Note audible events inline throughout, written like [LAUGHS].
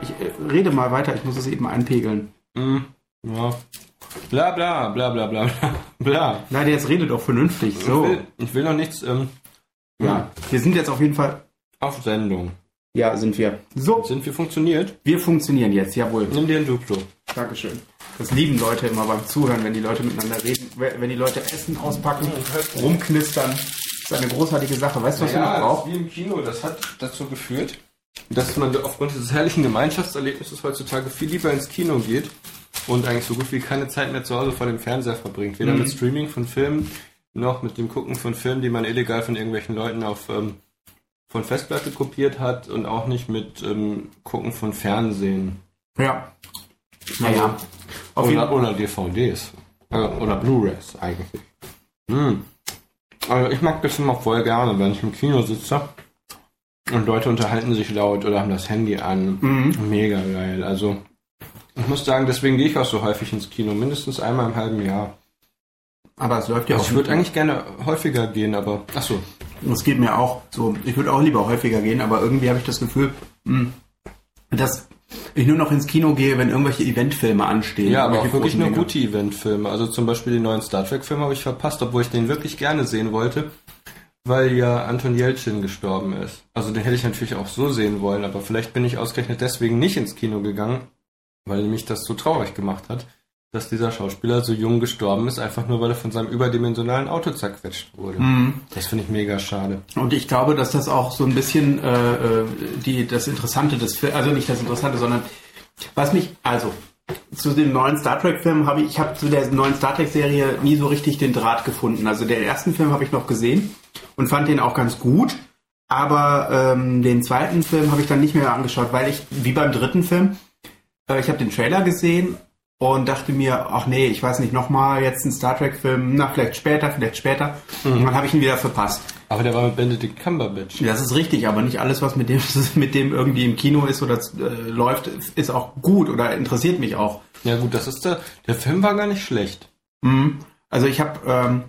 äh, rede mal weiter, ich muss es eben einpegeln. Mhm. Ja. Bla bla bla bla bla bla, bla. Leider, jetzt redet doch vernünftig. So. Ich, [LAUGHS] will, ich will noch nichts ähm, Ja. Wir sind jetzt auf jeden Fall. auf Sendung. Ja, sind wir. So, Sind wir funktioniert? wir funktionieren jetzt, jawohl. Nimm dir ein Duplo. Dankeschön. Das lieben Leute immer beim Zuhören, wenn die Leute miteinander reden, wenn die Leute Essen auspacken, rumknistern. Das ist eine großartige Sache. Weißt du, was wir noch brauchen? wie im Kino. Das hat dazu geführt, dass man aufgrund dieses herrlichen Gemeinschaftserlebnisses heutzutage viel lieber ins Kino geht und eigentlich so gut wie keine Zeit mehr zu Hause vor dem Fernseher verbringt. Mhm. Weder mit Streaming von Filmen noch mit dem Gucken von Filmen, die man illegal von irgendwelchen Leuten auf ähm, von Festplatte kopiert hat und auch nicht mit ähm, Gucken von Fernsehen. Ja. Naja. Auf jeden Oder, oder DVDs. Äh, oder Blu-rays eigentlich. Hm. Also ich mag das immer voll gerne, wenn ich im Kino sitze und Leute unterhalten sich laut oder haben das Handy an. Mhm. Mega geil. Also ich muss sagen, deswegen gehe ich auch so häufig ins Kino, mindestens einmal im halben Jahr. Aber es läuft ja Also auch. ich würde eigentlich gerne häufiger gehen, aber ach so. Es geht mir auch so. Ich würde auch lieber häufiger gehen, aber irgendwie habe ich das Gefühl, mh, dass ich nur noch ins Kino gehe, wenn irgendwelche Eventfilme anstehen. Ja, aber auch irgendwelche wirklich großen nur Dinge. gute Eventfilme. Also zum Beispiel den neuen Star Trek-Film habe ich verpasst, obwohl ich den wirklich gerne sehen wollte, weil ja Anton Yelchin gestorben ist. Also den hätte ich natürlich auch so sehen wollen, aber vielleicht bin ich ausgerechnet deswegen nicht ins Kino gegangen, weil mich das so traurig gemacht hat, dass dieser Schauspieler so jung gestorben ist, einfach nur weil er von seinem überdimensionalen Auto zerquetscht wurde. Das finde ich mega schade. Und ich glaube, dass das auch so ein bisschen äh, äh, die, das Interessante des Films, also nicht das Interessante, sondern was mich, also zu dem neuen Star Trek-Film habe ich, ich habe zu der neuen Star Trek-Serie nie so richtig den Draht gefunden. Also den ersten Film habe ich noch gesehen und fand den auch ganz gut, aber ähm, den zweiten Film habe ich dann nicht mehr angeschaut, weil ich, wie beim dritten Film, äh, ich habe den Trailer gesehen und dachte mir, ach nee, ich weiß nicht, nochmal jetzt ein Star Trek-Film, na vielleicht später, vielleicht später. Und dann habe ich ihn wieder verpasst. Aber der war mit Benedict Cumberbatch. Das ist richtig, aber nicht alles, was mit dem, [LAUGHS] mit dem irgendwie im Kino ist oder äh, läuft, ist auch gut oder interessiert mich auch. Ja gut, das ist der. Der Film war gar nicht schlecht. Mhm. Also ich habe ähm,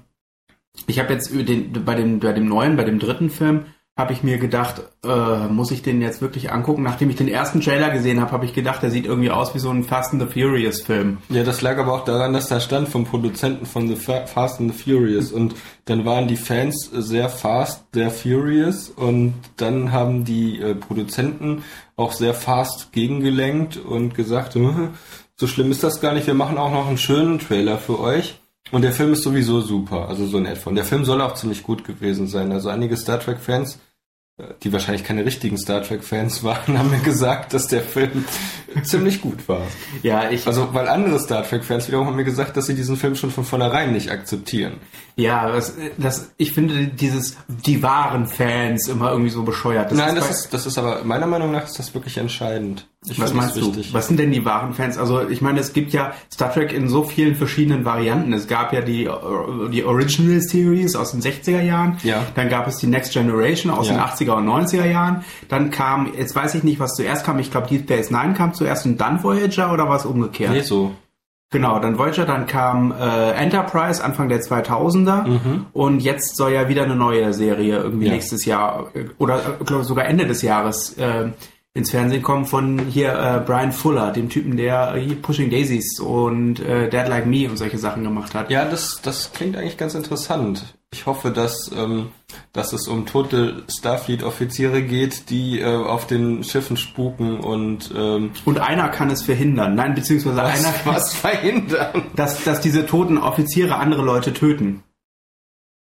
ich habe jetzt den, bei, dem, bei dem neuen, bei dem dritten Film, habe ich mir gedacht, äh, muss ich den jetzt wirklich angucken? Nachdem ich den ersten Trailer gesehen habe, habe ich gedacht, der sieht irgendwie aus wie so ein Fast and the Furious Film. Ja, das lag aber auch daran, dass da stand vom Produzenten von The Fa- Fast and the Furious und dann waren die Fans sehr fast, sehr furious und dann haben die äh, Produzenten auch sehr fast gegengelenkt und gesagt, "Hm, so schlimm ist das gar nicht, wir machen auch noch einen schönen Trailer für euch. Und der Film ist sowieso super, also so ein Add-on. Der Film soll auch ziemlich gut gewesen sein. Also einige Star Trek-Fans äh, die wahrscheinlich keine richtigen Star Trek-Fans [LAUGHS] waren, haben mir gesagt, dass der Film ziemlich gut war. Ja, ich Also, weil andere Star Trek-Fans wiederum haben mir gesagt, dass sie diesen Film schon von vornherein nicht akzeptieren. ja, das, das ich finde dieses die wahren Fans immer irgendwie so bescheuert. Das Nein, bei- das ist, das ist aber, meiner Meinung nach ist das wirklich entscheidend. Ich Was finde das meinst du? Was sind denn die wahren Fans? Also ich meine, es gibt ja Star Trek in so vielen verschiedenen Varianten. Es gab ja die, äh, die Original Series aus den 60er Jahren. Ja. Dann gab es die Next Generation aus Ja. den 80er und 90er Jahren. Dann kam, jetzt weiß ich nicht, was zuerst kam. Ich glaube, Deep Space Nine kam zuerst und dann Voyager oder was umgekehrt? Nee, so. Genau, dann Voyager, dann kam äh, Enterprise Anfang der 2000er und jetzt soll ja wieder eine neue Serie irgendwie Mhm. Ja. nächstes Jahr äh, oder äh, glaub ich, sogar Ende des Jahres äh, ins Fernsehen kommen von hier äh, Brian Fuller, dem Typen, der äh, hier Pushing Daisies und äh, Dead Like Me und solche Sachen gemacht hat. Ja, das, das klingt eigentlich ganz interessant. Ich hoffe, dass, ähm, dass es um tote Starfleet-Offiziere geht, die äh, auf den Schiffen spuken und ähm, Und einer kann es verhindern, nein, beziehungsweise einer, [LAUGHS] was verhindern. dass, dass diese toten Offiziere andere Leute töten.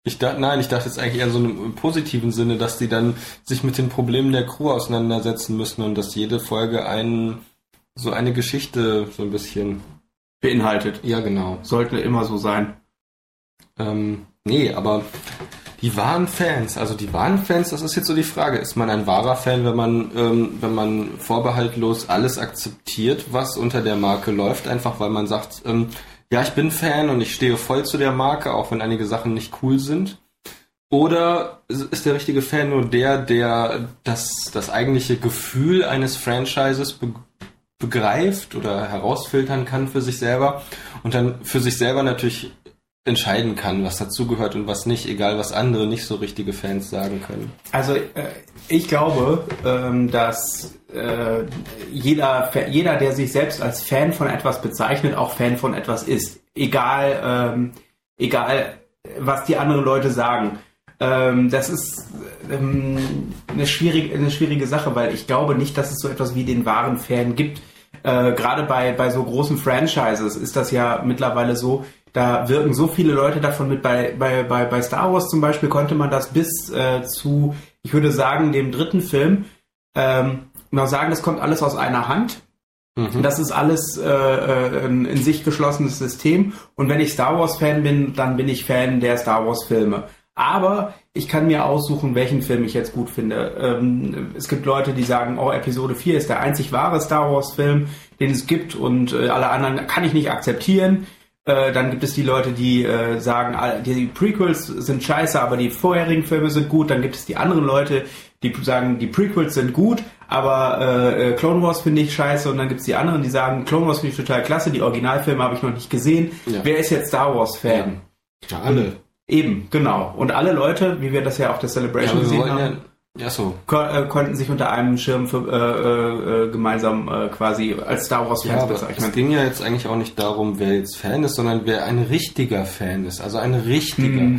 Ich dachte, nein, ich dachte jetzt eigentlich eher so einem positiven Sinne, dass die dann sich mit den Problemen der Crew auseinandersetzen müssen und dass jede Folge einen, so eine Geschichte so ein bisschen. Beinhaltet. Ja, genau. Sollte immer so sein. Ähm, nee, aber die wahren Fans, also die wahren Fans, das ist jetzt so die Frage. Ist man ein wahrer Fan, wenn man, ähm, wenn man vorbehaltlos alles akzeptiert, was unter der Marke läuft, einfach weil man sagt, ähm, ja, ich bin Fan und ich stehe voll zu der Marke, auch wenn einige Sachen nicht cool sind? Oder ist der richtige Fan nur der, der das, das eigentliche Gefühl eines Franchises be begreift oder herausfiltern kann für sich selber und dann für sich selber natürlich entscheiden kann, was dazugehört und was nicht, egal was andere nicht so richtige Fans sagen können. Also äh, ich glaube, ähm, dass äh, jeder, Fa- jeder, der sich selbst als Fan von etwas bezeichnet, auch Fan von etwas ist. Egal, ähm, egal was die anderen Leute sagen. Ähm, das ist ähm, eine, schwierige, eine schwierige Sache, weil ich glaube nicht, dass es so etwas wie den wahren Fan gibt. Äh, Gerade bei, bei so großen Franchises ist das ja mittlerweile so, da wirken so viele Leute davon mit. Bei, bei, bei, bei Star Wars zum Beispiel konnte man das bis äh, zu, ich würde sagen, dem dritten Film ähm, noch sagen, das kommt alles aus einer Hand. Mhm. Das ist alles äh, äh, ein in sich geschlossenes System. Und wenn ich Star Wars-Fan bin, dann bin ich Fan der Star Wars-Filme. Aber ich kann mir aussuchen, welchen Film ich jetzt gut finde. Ähm, es gibt Leute, die sagen, oh, Episode 4 ist der einzig wahre Star Wars-Film, den es gibt und äh, alle anderen kann ich nicht akzeptieren. Äh, dann gibt es die Leute, die äh, sagen, all- die Prequels sind scheiße, aber die vorherigen Filme sind gut. Dann gibt es die anderen Leute, die sagen, die Prequels sind gut, aber äh, äh, Clone Wars finde ich scheiße. Und dann gibt es die anderen, die sagen, Clone Wars finde ich total klasse, die Originalfilme habe ich noch nicht gesehen. Ja. Wer ist jetzt Star Wars-Fan? Ja. Ja, alle. Eben, genau. Und alle Leute, wie wir das ja auf der Ja, Celebration aber wir gesehen wollen haben, ja, ja so. ko äh, konnten sich unter einem Schirm für, äh, äh, äh, gemeinsam äh, quasi als Star Ja, Wars-Fans aber es bezeichnen. ging ja jetzt eigentlich auch nicht darum, wer jetzt Fan ist, sondern wer ein richtiger Fan ist. Also ein richtiger.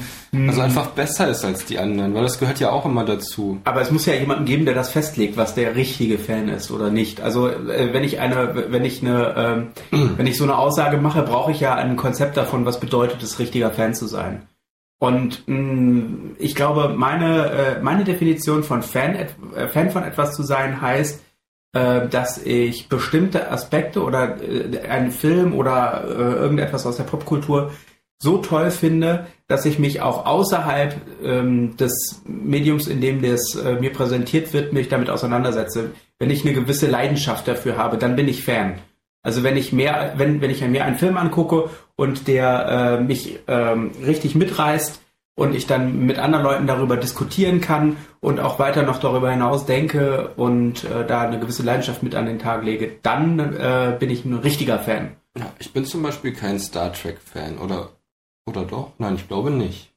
Also einfach besser ist als die anderen, weil das gehört ja auch immer dazu. Aber es muss ja jemanden geben, der das festlegt, was der richtige Fan ist oder nicht. Also äh, wenn ich eine, wenn ich eine, ähm, wenn ich so eine Aussage mache, brauche ich ja ein Konzept davon, was bedeutet es, richtiger Fan zu sein. Und mh, ich glaube, meine, äh, meine Definition von Fan, et- äh, Fan von etwas zu sein heißt, äh, dass ich bestimmte Aspekte oder äh, einen Film oder äh, irgendetwas aus der Popkultur so toll finde, dass ich mich auch außerhalb ähm, des Mediums, in dem das äh, mir präsentiert wird, mich damit auseinandersetze. Wenn ich eine gewisse Leidenschaft dafür habe, dann bin ich Fan. Also wenn ich mehr, wenn, wenn ich mir einen Film angucke und der äh, mich ähm, richtig mitreißt und ich dann mit anderen Leuten darüber diskutieren kann und auch weiter noch darüber hinaus denke und äh, da eine gewisse Leidenschaft mit an den Tag lege, dann äh, bin ich ein richtiger Fan. Ja, ich bin zum Beispiel kein Star Trek-Fan, oder? Oder doch? Nein, ich glaube nicht.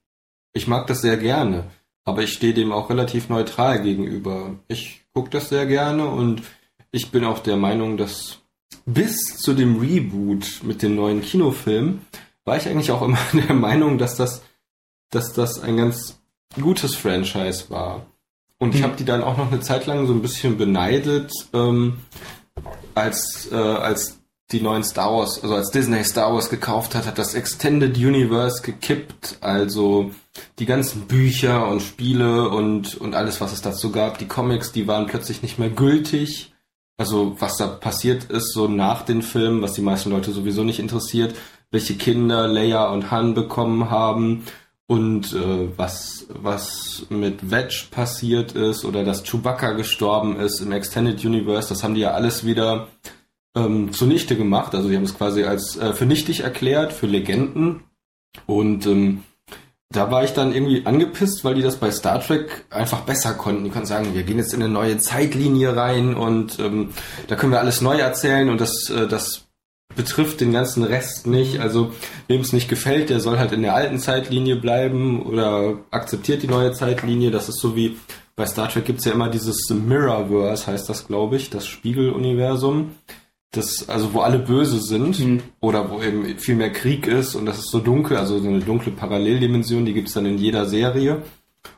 Ich mag das sehr gerne, aber ich stehe dem auch relativ neutral gegenüber. Ich gucke das sehr gerne und ich bin auch der Meinung, dass bis zu dem Reboot mit den neuen Kinofilmen war ich eigentlich auch immer [LAUGHS] der Meinung, dass das, dass das ein ganz gutes Franchise war. Und ich Hm. habe die dann auch noch eine Zeit lang so ein bisschen beneidet, ähm, als, äh, als die neuen Star Wars, also als Disney Star Wars gekauft hat, hat das Extended Universe gekippt, also die ganzen Bücher und Spiele und, und alles, was es dazu gab, die Comics, die waren plötzlich nicht mehr gültig. Also was da passiert ist, so nach den Filmen, was die meisten Leute sowieso nicht interessiert, welche Kinder Leia und Han bekommen haben und äh, was, was mit Wedge passiert ist oder dass Chewbacca gestorben ist im Extended Universe, das haben die ja alles wieder ähm, zunichte gemacht. Also die haben es quasi als äh, für nichtig erklärt, für Legenden. Und ähm, da war ich dann irgendwie angepisst, weil die das bei Star Trek einfach besser konnten. Die konnten sagen, wir gehen jetzt in eine neue Zeitlinie rein und ähm, da können wir alles neu erzählen und das, äh, das betrifft den ganzen Rest nicht. Also wem es nicht gefällt, der soll halt in der alten Zeitlinie bleiben oder akzeptiert die neue Zeitlinie. Das ist so wie bei Star Trek gibt's ja immer dieses Mirrorverse, heißt das, glaube ich, das Spiegeluniversum. Das, also wo alle böse sind Mhm. oder wo eben viel mehr Krieg ist und das ist so dunkel, also so eine dunkle Paralleldimension, die gibt's dann in jeder Serie.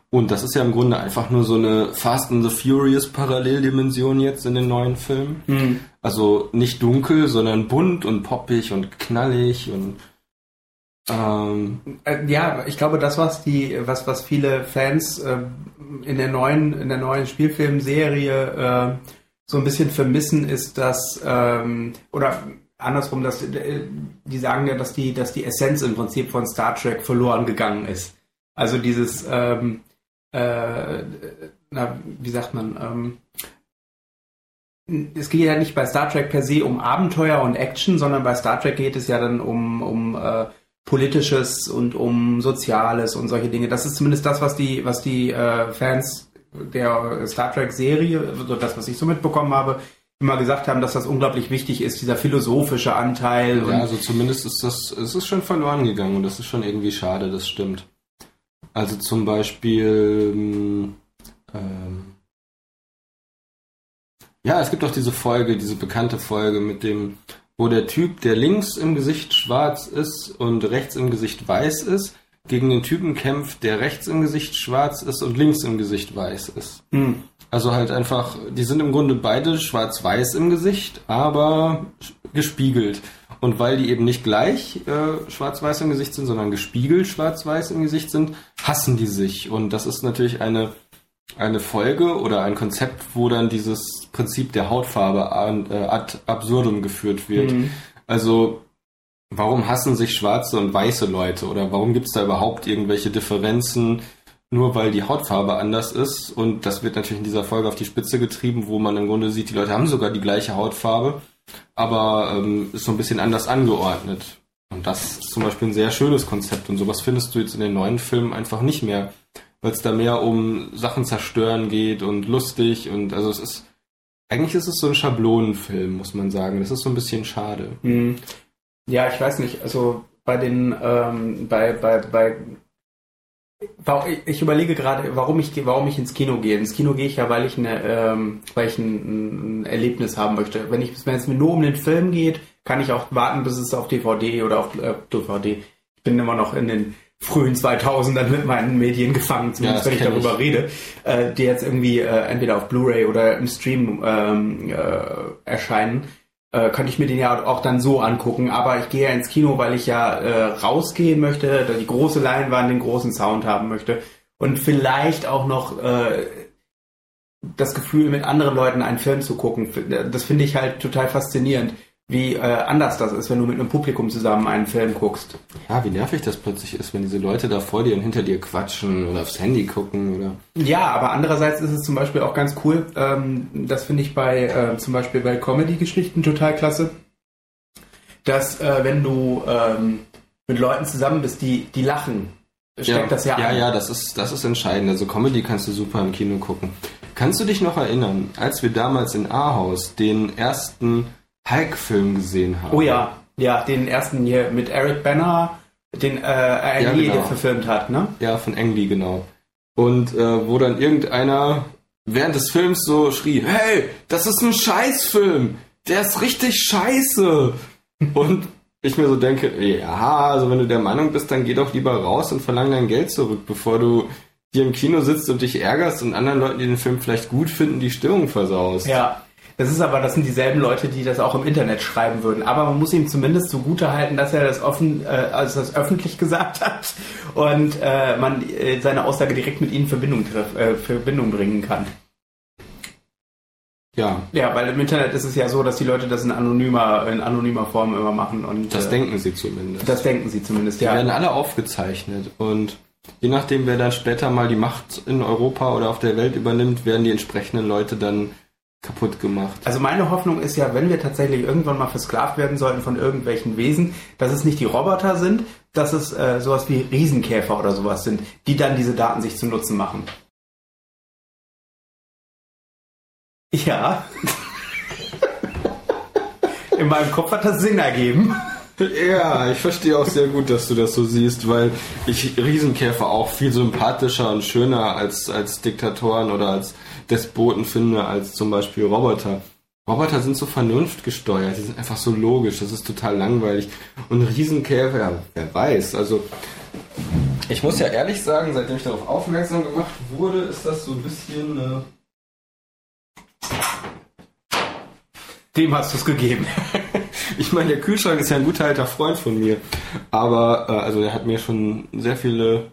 Und das ist ja im Grunde einfach nur so eine Fast and the Furious Paralleldimension jetzt in den neuen Filmen. Also nicht dunkel, sondern bunt und poppig und knallig und ähm, Äh, Ja, ich glaube, das, was die, was, was viele Fans äh, in der neuen, in der neuen Spielfilmserie äh, so ein bisschen vermissen, ist, dass, ähm, oder andersrum, dass äh, die sagen ja, dass die, dass die Essenz im Prinzip von Star Trek verloren gegangen ist. Also dieses, ähm, äh, na, wie sagt man, ähm, es geht ja nicht bei Star Trek per se um Abenteuer und Action, sondern bei Star Trek geht es ja dann um, um äh, politisches und um Soziales und solche Dinge. Das ist zumindest das, was die, was die äh, Fans der Star Trek Serie, also das, was ich so mitbekommen habe, immer gesagt haben, dass das unglaublich wichtig ist, dieser philosophische Anteil. Ja, also zumindest ist das, es ist schon verloren gegangen und das ist schon irgendwie schade, das stimmt. Also zum Beispiel, ähm, ähm, ja, es gibt auch diese Folge, diese bekannte Folge mit dem, wo der Typ, der links im Gesicht schwarz ist und rechts im Gesicht weiß ist, gegen den Typen kämpft, der rechts im Gesicht schwarz ist und links im Gesicht weiß ist. Hm. Also halt einfach, die sind im Grunde beide schwarz-weiß im Gesicht, aber gespiegelt. Und weil die eben nicht gleich äh, schwarz-weiß im Gesicht sind, sondern gespiegelt schwarz-weiß im Gesicht sind, hassen die sich. Und das ist natürlich eine, eine Folge oder ein Konzept, wo dann dieses Prinzip der Hautfarbe an, äh, ad absurdum geführt wird. Mhm. Also warum hassen sich schwarze und weiße Leute oder warum gibt es da überhaupt irgendwelche Differenzen, nur weil die Hautfarbe anders ist? Und das wird natürlich in dieser Folge auf die Spitze getrieben, wo man im Grunde sieht, die Leute haben sogar die gleiche Hautfarbe, aber ähm, ist so ein bisschen anders angeordnet. Und das ist zum Beispiel ein sehr schönes Konzept und sowas findest du jetzt in den neuen Filmen einfach nicht mehr, weil es da mehr um Sachen zerstören geht und lustig und also es ist eigentlich ist es so ein Schablonenfilm, muss man sagen. Das ist so ein bisschen schade. Hm. Ja, ich weiß nicht. Also bei den, ähm, bei, bei, bei. Wa- Ich überlege gerade, warum ich, gehe- warum ich ins Kino gehe. Ins Kino gehe ich ja, weil ich eine, ähm, weil ich ein, ein Erlebnis haben möchte. Wenn ich, wenn es mir nur um den Film geht, kann ich auch warten, bis es auf DVD oder auf äh, DVD. Ich bin immer noch in den frühen 2000ern mit meinen Medien gefangen, zumindest Ja, wenn das ich kenn darüber rede, äh, die jetzt irgendwie äh, entweder auf Blu-ray oder im Stream ähm, äh, erscheinen äh, könnte ich mir den ja auch dann so angucken. Aber ich gehe ja ins Kino, weil ich ja äh, rausgehen möchte, da die große Leinwand, den großen Sound haben möchte und vielleicht auch noch äh, das Gefühl, mit anderen Leuten einen Film zu gucken. Das finde ich halt total faszinierend, wie äh, anders das ist, wenn du mit einem Publikum zusammen einen Film guckst. Ja, wie nervig das plötzlich ist, wenn diese Leute da vor dir und hinter dir quatschen oder aufs Handy gucken oder. Ja, aber andererseits ist es zum Beispiel auch ganz cool. Ähm, das finde ich bei äh, zum Beispiel bei Comedy-Geschichten total klasse, dass äh, wenn du ähm, mit Leuten zusammen bist, die die lachen, steckt das ja, ja, an. ja, das ist, das ist entscheidend. Also Comedy kannst du super im Kino gucken. Kannst du dich noch erinnern, als wir damals in Ahaus den ersten Hulk-Film gesehen haben? Oh ja, ja, den ersten hier mit Eric Banner, den äh, Ang Ja, Lee genau. hier verfilmt hat, ne? Ja, von Ang Lee, genau. Und äh, wo dann irgendeiner während des Films so schrie, hey, das ist ein Scheißfilm, der ist richtig scheiße. Und ich mir so denke, ja, also wenn du der Meinung bist, dann geh doch lieber raus und verlang dein Geld zurück, bevor du dir im Kino sitzt und dich ärgerst und anderen Leuten, die den Film vielleicht gut finden, die Stimmung versaust. Ja. Das ist aber, das sind dieselben Leute, die das auch im Internet schreiben würden. Aber man muss ihm zumindest zugute halten, dass er das offen, äh, also das öffentlich [LAUGHS] gesagt hat und äh, man äh, seine Aussage direkt mit ihnen in Verbindung, treff, äh, Verbindung bringen kann. ja Ja, weil im Internet ist es ja so, dass die Leute das in anonymer, in anonymer Form immer machen und das äh, denken sie zumindest. das denken sie zumindest, Die ja. werden alle aufgezeichnet und je nachdem, wer dann später mal die Macht in Europa oder auf der Welt übernimmt, werden die entsprechenden Leute dann kaputt gemacht. Also meine Hoffnung ist ja, wenn wir tatsächlich irgendwann mal versklavt werden sollten von irgendwelchen Wesen, dass es nicht die Roboter sind, dass es äh, sowas wie Riesenkäfer oder sowas sind, die dann diese Daten sich zum Nutzen machen. Ja. [LAUGHS] In meinem Kopf hat das Sinn ergeben. Ja, ich verstehe auch sehr gut, dass du das so siehst, weil ich Riesenkäfer auch viel sympathischer und schöner als, als Diktatoren oder als Despoten finde, als zum Beispiel Roboter. Roboter sind so vernunftgesteuert, die sind einfach so logisch, das ist total langweilig. Und Riesenkäfer, ja, wer weiß, also Ich muss ja ehrlich sagen, seitdem ich darauf aufmerksam gemacht wurde, ist das so ein bisschen. Äh Dem hast du es gegeben. ich meine, der Kühlschrank ist ja ein guter alter Freund von mir. Aber, äh, also der hat mir schon sehr viele.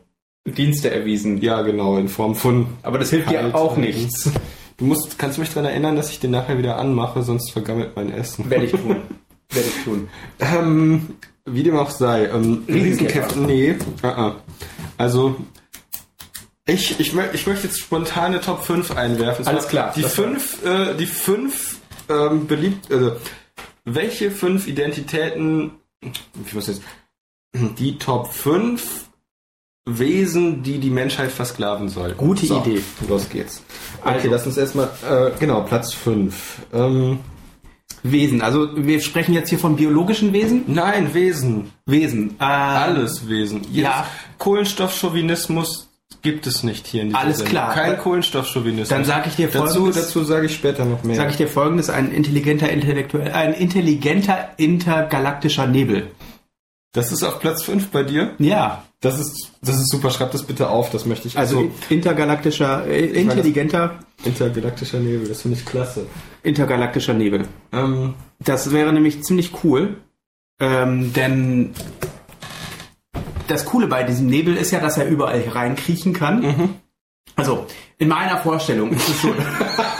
Dienste erwiesen. Ja, genau, in Form von. Aber das hilft dir Halt, auch äh, nichts. Du musst, kannst du mich daran erinnern, dass ich den nachher wieder anmache, sonst vergammelt mein Essen. Werde ich tun. Werde ich tun. Ähm, wie dem auch sei. Ähm, Riesenkäfer. Riesenkäfer. Nee. Uh -uh. Also. Ich, ich, mö- ich möchte jetzt spontane Top 5 einwerfen. Es Alles war klar. Die Das fünf, äh, die fünf ähm, beliebt, also welche fünf Identitäten, ich muss jetzt, die Top 5 Wesen, die die Menschheit versklaven soll. Gute Idee. Los geht's. Okay, Also. lass uns erstmal, äh, genau, Platz 5. Ähm, Wesen. Also wir sprechen jetzt hier von biologischen Wesen. Nein, Wesen. Wesen. Äh, Alles Wesen. Jetzt, Ja. Kohlenstoffchauvinismus gibt es nicht hier in dieser Alles Sendung. klar. Kein Kohlenstoffchauvinismus. Dann sag ich dir dazu, Folgendes. dazu sage ich später noch mehr. Sag ich dir folgendes, ein intelligenter intellektuell, ein intelligenter intergalaktischer Nebel. das ist auf Platz 5 bei dir. Ja, Das ist, das ist super. Schreib das bitte auf. Das möchte ich. also so, intergalaktischer, äh, meine, das- intelligenter intergalaktischer Nebel. Das finde ich klasse. intergalaktischer Nebel. Ähm, Das wäre nämlich ziemlich cool, ähm, denn das Coole bei diesem Nebel ist ja, dass er überall reinkriechen kann. Also, in meiner Vorstellung ist es so. [LAUGHS]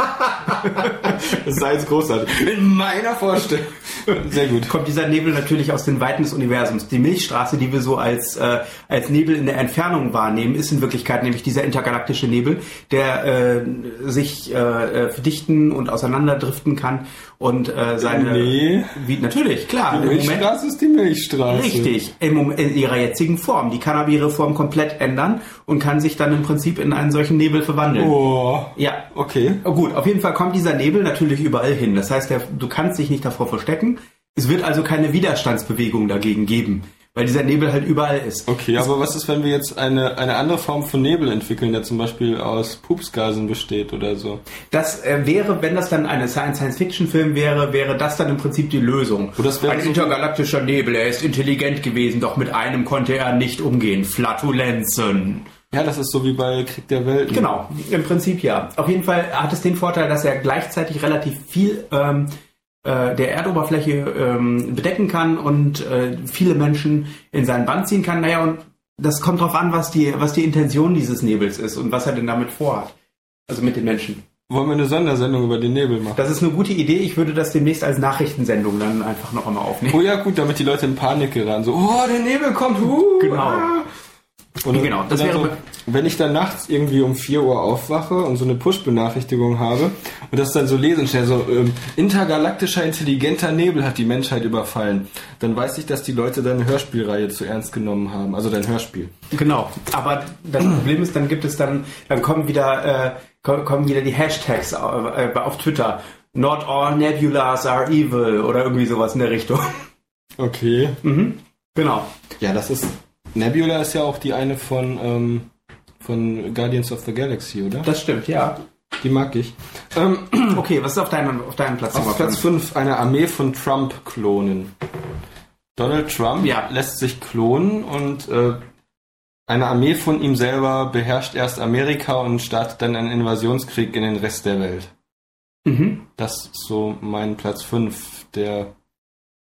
das sei jetzt großartig. In meiner Vorstellung. [LAUGHS] Sehr gut. kommt dieser Nebel natürlich aus den Weiten des Universums. Die Milchstraße, die wir so als, äh, als Nebel in der Entfernung wahrnehmen, ist in Wirklichkeit nämlich dieser intergalaktische Nebel, der äh, sich äh, äh, verdichten und auseinanderdriften kann und äh, seine... Nee. Wie, natürlich, klar. Die Im Moment, Milchstraße ist die Milchstraße. richtig, im, Moment- in ihrer jetzigen Form. Die kann aber ihre Form komplett ändern und kann sich dann im Prinzip in einen solchen Nebel verwandeln. Oh. Ja, Okay. Oh, Gut, auf jeden Fall kommt dieser Nebel natürlich überall hin. Das heißt, der, du kannst dich nicht davor verstecken. Es wird also keine Widerstandsbewegung dagegen geben, weil dieser Nebel halt überall ist. Okay, aber was ist, wenn wir jetzt eine, eine andere Form von Nebel entwickeln, der zum Beispiel aus Pupsgasen besteht oder so? Das äh, wäre, wenn das dann ein Science-Fiction-Film wäre, wäre das dann im Prinzip die Lösung. Und das wäre ein so- intergalaktischer Nebel, er ist intelligent gewesen, doch mit einem konnte er nicht umgehen. Flatulenzen. Ja, das ist so wie bei Krieg der Welten. Genau, im Prinzip ja. Auf jeden Fall hat es den Vorteil, dass er gleichzeitig relativ viel ähm, äh, der Erdoberfläche ähm, bedecken kann und äh, viele Menschen in seinen Bann ziehen kann. Naja, und das kommt drauf an, was die, was die Intention dieses Nebels ist und was er denn damit vorhat. Also mit den Menschen. Wollen wir eine Sondersendung über den Nebel machen? Das ist eine gute Idee. Ich würde das demnächst als Nachrichtensendung dann einfach noch einmal aufnehmen. Oh ja, gut, damit die Leute in Panik geraten. So, oh, der Nebel kommt, huh. Genau. ah. Und Genau, das dann wäre- so, wenn ich dann nachts irgendwie um 4 Uhr aufwache und so eine Push-Benachrichtigung habe und das dann so lese und stelle so, ähm, intergalaktischer intelligenter Nebel hat die Menschheit überfallen, dann weiß ich, dass die Leute deine Hörspielreihe zu ernst genommen haben, also dein Hörspiel. Genau. Aber das Problem ist, dann gibt es dann, dann kommen wieder, äh, ko- kommen wieder die Hashtags auf, äh, auf Twitter. Not all nebulas are evil oder irgendwie sowas in der Richtung. [LAUGHS] Okay. Genau. Ja, das ist. Nebula ist ja auch die eine von, ähm, von Guardians of the Galaxy, oder? Das stimmt, ja. Die mag ich. Ähm, Okay, was ist auf deinem, auf deinem Platz? Auf Nummer Platz fünf? 5 eine Armee von Trump-Klonen. Donald Trump Ja. lässt sich klonen und äh, eine Armee von ihm selber beherrscht erst Amerika und startet dann einen Invasionskrieg in den Rest der Welt. Mhm. Das ist so mein Platz 5, der.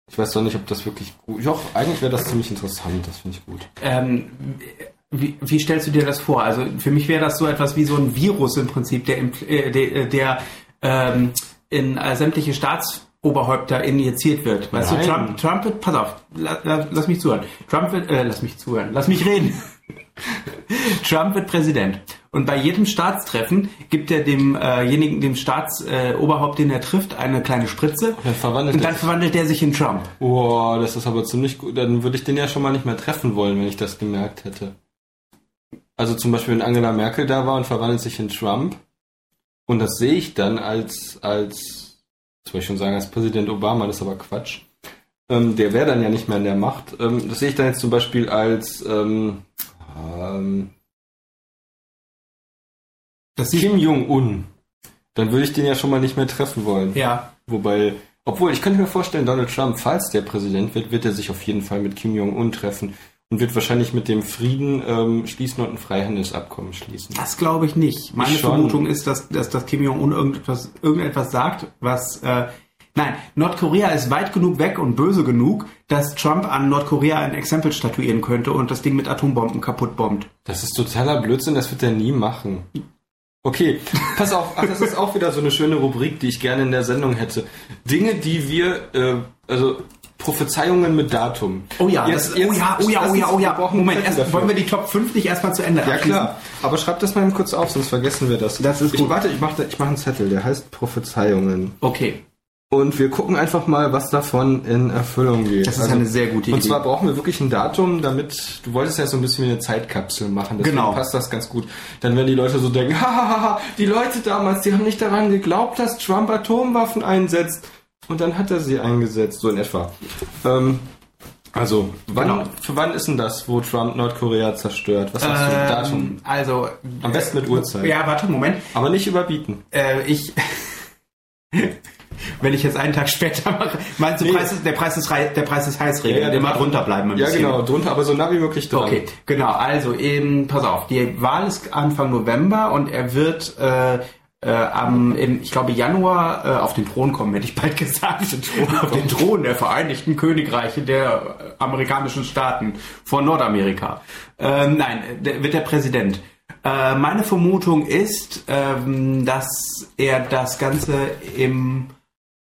Ich weiß doch nicht, ob das wirklich gut. Doch, eigentlich wäre das ziemlich interessant, das finde ich gut. Ähm, wie, wie stellst du dir das vor? Also für mich wäre das so etwas wie so ein Virus im Prinzip, der, im- äh, der, äh, der ähm, in äh, sämtliche Staatsoberhäupter injiziert wird. Weißt Nein. du, Trump, Trump wird, pass auf, la, la, lass mich zuhören. Trump wird, äh, lass mich zuhören, lass mich reden. [LAUGHS] Trump wird Präsident. Und bei jedem Staatstreffen gibt er demjenigen, dem Staatsoberhaupt, äh, Oberhaupt, den er trifft, eine kleine Spritze. Dann verwandelt Und er dann verwandelt er sich in Trump. Boah, das ist aber ziemlich gut. Dann würde ich den ja schon mal nicht mehr treffen wollen, wenn ich das gemerkt hätte. Also zum Beispiel, wenn Angela Merkel da war und verwandelt sich in Trump. Und das sehe ich dann als, als, das wollte ich schon sagen, als Präsident Obama, das ist aber Quatsch. Ähm, der wäre dann ja nicht mehr in der Macht. Ähm, das sehe ich dann jetzt zum Beispiel als ähm, ähm, Das sieht, Kim Jong-un. Dann würde ich den ja schon mal nicht mehr treffen wollen. ja. Wobei, obwohl, ich könnte mir vorstellen, Donald Trump, falls der Präsident wird, wird er sich auf jeden Fall mit Kim Jong-un treffen und wird wahrscheinlich mit dem Frieden ähm, schließen und ein Freihandelsabkommen schließen. Das glaube ich nicht. Meine Ich schon. Vermutung ist, dass, dass, dass Kim Jong-un irgendetwas, irgendetwas sagt, was. Äh, nein, Nordkorea ist weit genug weg und böse genug, dass Trump an Nordkorea ein Exempel statuieren könnte und das Ding mit Atombomben kaputt bombt. Das ist totaler Blödsinn, das wird er nie machen. Okay, [LAUGHS] pass auf, ach, das ist auch wieder so eine schöne Rubrik, die ich gerne in der Sendung hätte. Dinge, die wir, äh, also Prophezeiungen mit Datum. Oh ja, das, oh ja, oh ja, oh ja, oh Wir ja. brauchen Moment, Zettel erst, dafür. wollen wir die Top 5 nicht erstmal zu Ende Ja, abschließen? klar. Aber schreib das mal eben kurz auf, sonst vergessen wir das. Das ist ich, gut. Warte, ich mache ich mach einen Zettel, der heißt Prophezeiungen. Okay, Und wir gucken einfach mal, was davon in Erfüllung geht. Also, das ist eine sehr gute Idee. und zwar brauchen wir wirklich ein Datum, damit du wolltest ja so ein bisschen wie eine Zeitkapsel machen. Deswegen Genau. passt das ganz gut. Dann werden die Leute so [LAUGHS] denken, hahaha, die Leute damals, die haben nicht daran geglaubt, dass Trump Atomwaffen einsetzt. Und dann hat er sie eingesetzt, so in etwa. Ähm, also, wann, Genau. für wann ist denn das, wo Trump Nordkorea zerstört? Was hast du? Datum? Ähm, also, Am besten mit Uhrzeit. ja, warte, Moment. Aber nicht überbieten. Äh, ich. [LAUGHS] Wenn ich jetzt einen Tag später mache, meinst du, Nee. Preis ist, der Preis ist, rei- der Preis ist heiß regeln, Ja, ja, der der mal Preis- drunter bleiben ein Ja, bisschen. genau, drunter, aber so nah wie möglich dran. Okay, genau. Also eben, pass auf, die Wahl ist Anfang November und er wird äh, äh, am, im, ich glaube, Januar äh, auf den Thron kommen, hätte ich bald [LAUGHS] gesagt. auf den Thron der Vereinigten Königreiche der äh, amerikanischen Staaten von Nordamerika. Ähm, nein, der, wird der Präsident. Äh, meine Vermutung ist, ähm, dass er das Ganze im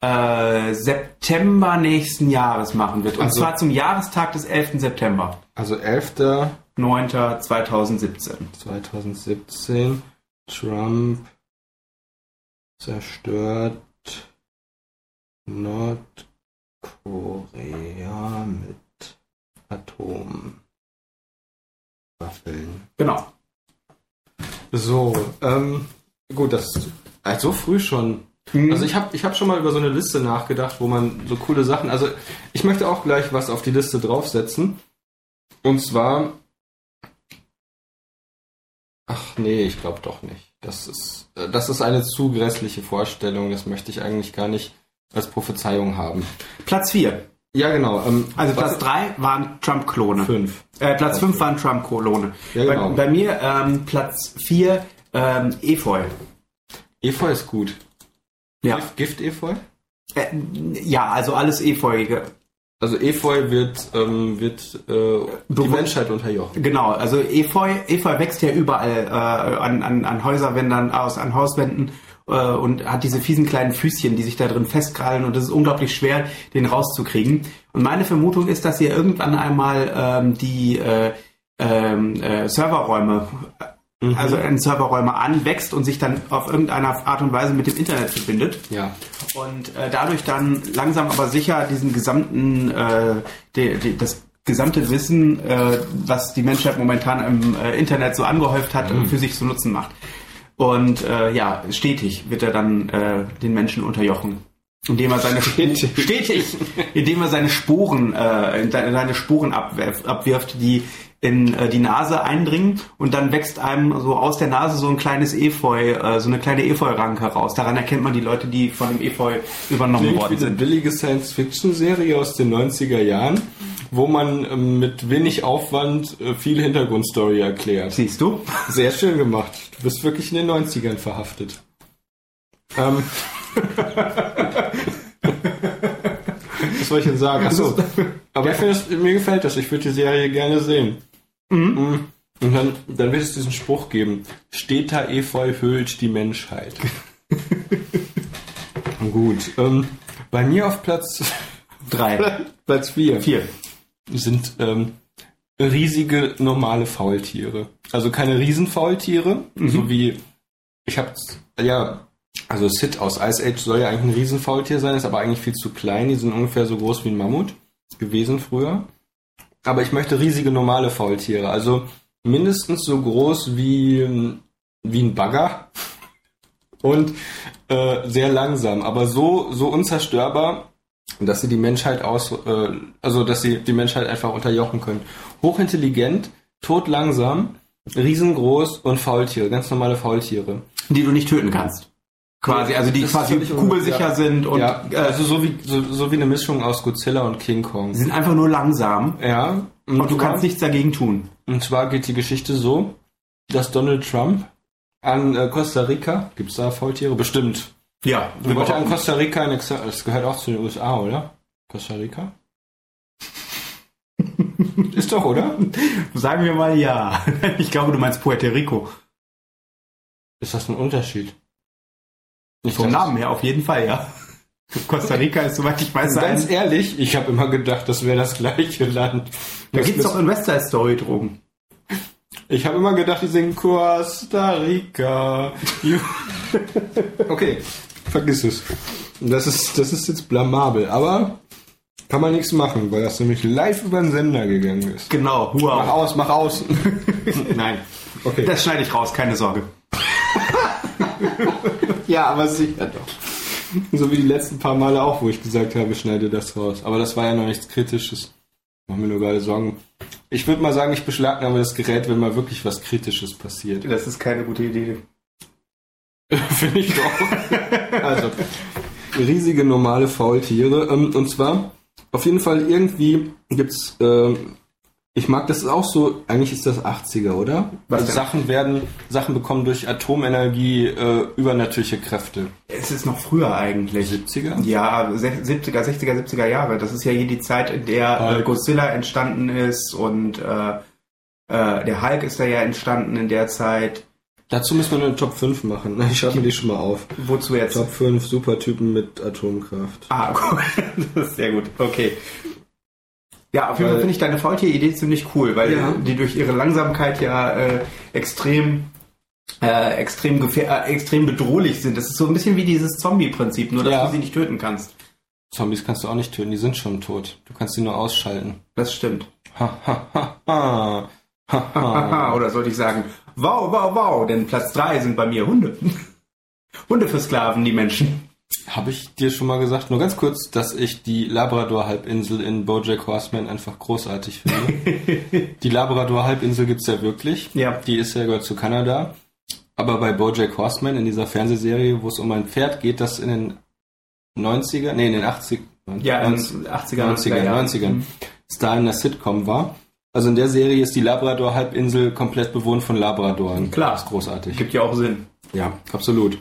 äh, September nächsten Jahres machen wird. Und Also- zwar zum Jahrestag des 11. September. Also 11. 9.2017. 2017 Trump zerstört Nordkorea mit Atomwaffen. Genau. So, ähm, gut, das ist also so früh schon. Also ich habe ich hab schon mal über so eine Liste nachgedacht, wo man so coole Sachen. Also ich möchte auch gleich was auf die Liste draufsetzen. Und zwar. Ach nee, ich glaube doch nicht. Das ist, äh, das ist eine zu grässliche Vorstellung. Das möchte ich eigentlich gar nicht als Prophezeiung haben. Platz 4. Ja, genau. Ähm, Also was- Platz 3 waren Trump-Klone. fünf. Äh, Platz 5 waren Trump-Klone. Ja, genau. bei, bei mir ähm, Platz 4 ähm, Efeu. Efeu ist gut. Ja. Gift- Gift-Efeu? Äh, ja, also alles Efeuige. Also Efeu wird, ähm, wird äh, die Bewu- Menschheit unterjochen. Genau, also Efeu, Efeu wächst ja überall äh, an, an, an Häuserwändern aus, an Hauswänden äh, und hat diese fiesen kleinen Füßchen, die sich da drin festkrallen und es ist unglaublich schwer, den rauszukriegen. Und meine Vermutung ist, dass ihr irgendwann einmal ähm, die äh, ähm, äh, Serverräume, also in Serverräume anwächst und sich dann auf irgendeiner Art und Weise mit dem Internet verbindet Ja. und äh, dadurch dann langsam aber sicher diesen gesamten, äh, de, de, das gesamte Wissen, äh, was die Menschheit momentan im äh, Internet so angehäuft hat, für sich zu nutzen macht. Und äh, ja, stetig wird er dann äh, den Menschen unterjochen. Indem er seine Stetig. stetig, indem er seine Sporen, äh, seine Sporen abwerf, abwirft, die in äh, die Nase eindringen und dann wächst einem so aus der Nase so ein kleines Efeu, äh, so eine kleine Efeu-Ranke raus. Daran erkennt man die Leute, die von dem Efeu übernommen Klingt wie worden eine sind. billige Science-Fiction-Serie aus den 90er Jahren, wo man ähm, mit wenig Aufwand äh, viel Hintergrundstory erklärt. Siehst du? Sehr schön gemacht. Du bist wirklich in den 90ern verhaftet. [LAUGHS] Ähm. Was soll ich denn sagen? Achso. Aber ich finde, das- mir gefällt das. Ich würde die Serie gerne sehen. Mhm. Und dann, dann wird es diesen Spruch geben. Steter Efeu höhlt die [LAUGHS] Menschheit. Gut. Ähm, bei mir auf Platz [LAUGHS] Drei. Platz 4 Vier. sind ähm, riesige normale Faultiere. Also keine Riesenfaultiere, so wie ich habe ja also Sid aus Ice Age soll ja eigentlich ein Riesenfaultier sein, ist aber eigentlich viel zu klein. Die sind ungefähr so groß wie ein Mammut gewesen früher. Aber ich möchte riesige normale Faultiere, also mindestens so groß wie ähm, wie ein Bagger [LAUGHS] und äh, sehr langsam, aber so so unzerstörbar, dass sie die Menschheit aus, äh, also dass sie die Menschheit einfach unterjochen können. Hochintelligent, todlangsam, riesengroß und Faultiere, ganz normale Faultiere. Die du nicht töten kannst. Quasi, also die Das ist quasi völlig unmöglich, kugelsicher ja. sind und ja, äh, also so wie so, so wie eine Mischung aus Godzilla und King Kong. sind einfach nur langsam Ja. Und, und du zwar, kannst nichts dagegen tun. Und zwar geht die Geschichte so, dass Donald Trump an äh, Costa Rica, gibt's da Faultiere? Bestimmt. Ja, Wir wollten an Costa Rica, eine, Xa- das gehört auch zu den USA, oder? Costa [LAUGHS] Rica? Ist doch, oder? Sagen wir mal ja. [LAUGHS] Ich glaube, du meinst Puerto Rico. Ist das ein Unterschied? Ich Vom dachte- Namen her auf jeden Fall, ja. [LAUGHS] Costa Rica ist, soweit ich weiß, Ganz ein, ehrlich, ich habe immer gedacht, das wäre das gleiche Land. da Das gibt's ist- doch in West Side Story Drogen. ich habe immer gedacht, die singen Costa [LAUGHS] Rica. You- okay, vergiss es. Das ist, das ist jetzt blamabel, aber kann man nichts machen, weil das nämlich live über den Sender gegangen ist. Genau, Mach wow. aus, mach aus. [LAUGHS] Nein, Okay. das schneide ich raus, keine Sorge. ja, aber sicher doch. so wie die letzten paar Male auch, wo ich gesagt habe, schneide das raus. Aber das war ja noch nichts Kritisches. Mach mir nur gerade Sorgen. Ich würde mal sagen, ich beschlagnahme das Gerät, wenn mal wirklich was Kritisches passiert. Das ist keine gute Idee. [LAUGHS] Finde ich doch. also, riesige normale Faultiere. Ähm, Und zwar, auf jeden Fall irgendwie gibt's, ähm, ich mag das ist auch so, eigentlich ist das 80er, oder? Was denn? Sachen werden, Sachen bekommen durch Atomenergie äh, übernatürliche Kräfte. Es ist noch früher eigentlich. 70er? Ja, se- 70er, 60er, 70er Jahre. Das ist ja hier die Zeit, in der äh, Hulk. Godzilla entstanden ist und äh, äh, der Hulk ist da ja entstanden in der Zeit. Dazu müssen wir eine Top 5 machen. [LAUGHS] Ich schreibe mir die schon mal auf. Wozu jetzt? Top 5 Supertypen mit Atomkraft. Ah, [LAUGHS] cool. Das ist sehr gut. Okay. Ja, auf jeden Fall Weil- finde ich deine Faultier-Idee ziemlich cool, weil Ja. die durch ihre Langsamkeit ja äh, extrem äh, extrem gefähr äh, extrem bedrohlich sind. Das ist so ein bisschen wie dieses Zombie-Prinzip, nur dass Ja. du sie nicht töten kannst. Zombies kannst du auch nicht töten, die sind schon tot. Du kannst sie nur ausschalten. Das stimmt. Ha, ha, ha, ha. Ha, Haha, ha. oder sollte ich sagen, wow, wow, wow, denn Platz 3 sind bei mir Hunde. [LAUGHS] Hunde für Sklaven, die Menschen. Habe ich dir schon mal gesagt, nur ganz kurz, dass ich die Labrador-Halbinsel in Bojack Horseman einfach großartig finde. [LAUGHS] die Labrador-Halbinsel gibt's ja wirklich. Ja. Die ist ja gehört zu Kanada. Aber bei Bojack Horseman in dieser Fernsehserie, wo es um ein Pferd geht, das in den 90er, nee, in den 80 Ja, in 90 den 80ern, 90er, Mhm. 90ern, Star in der Sitcom war. Also in der Serie ist die Labrador-Halbinsel komplett bewohnt von Labradoren. Klar. Das ist großartig. Gibt ja auch Sinn. Ja, absolut.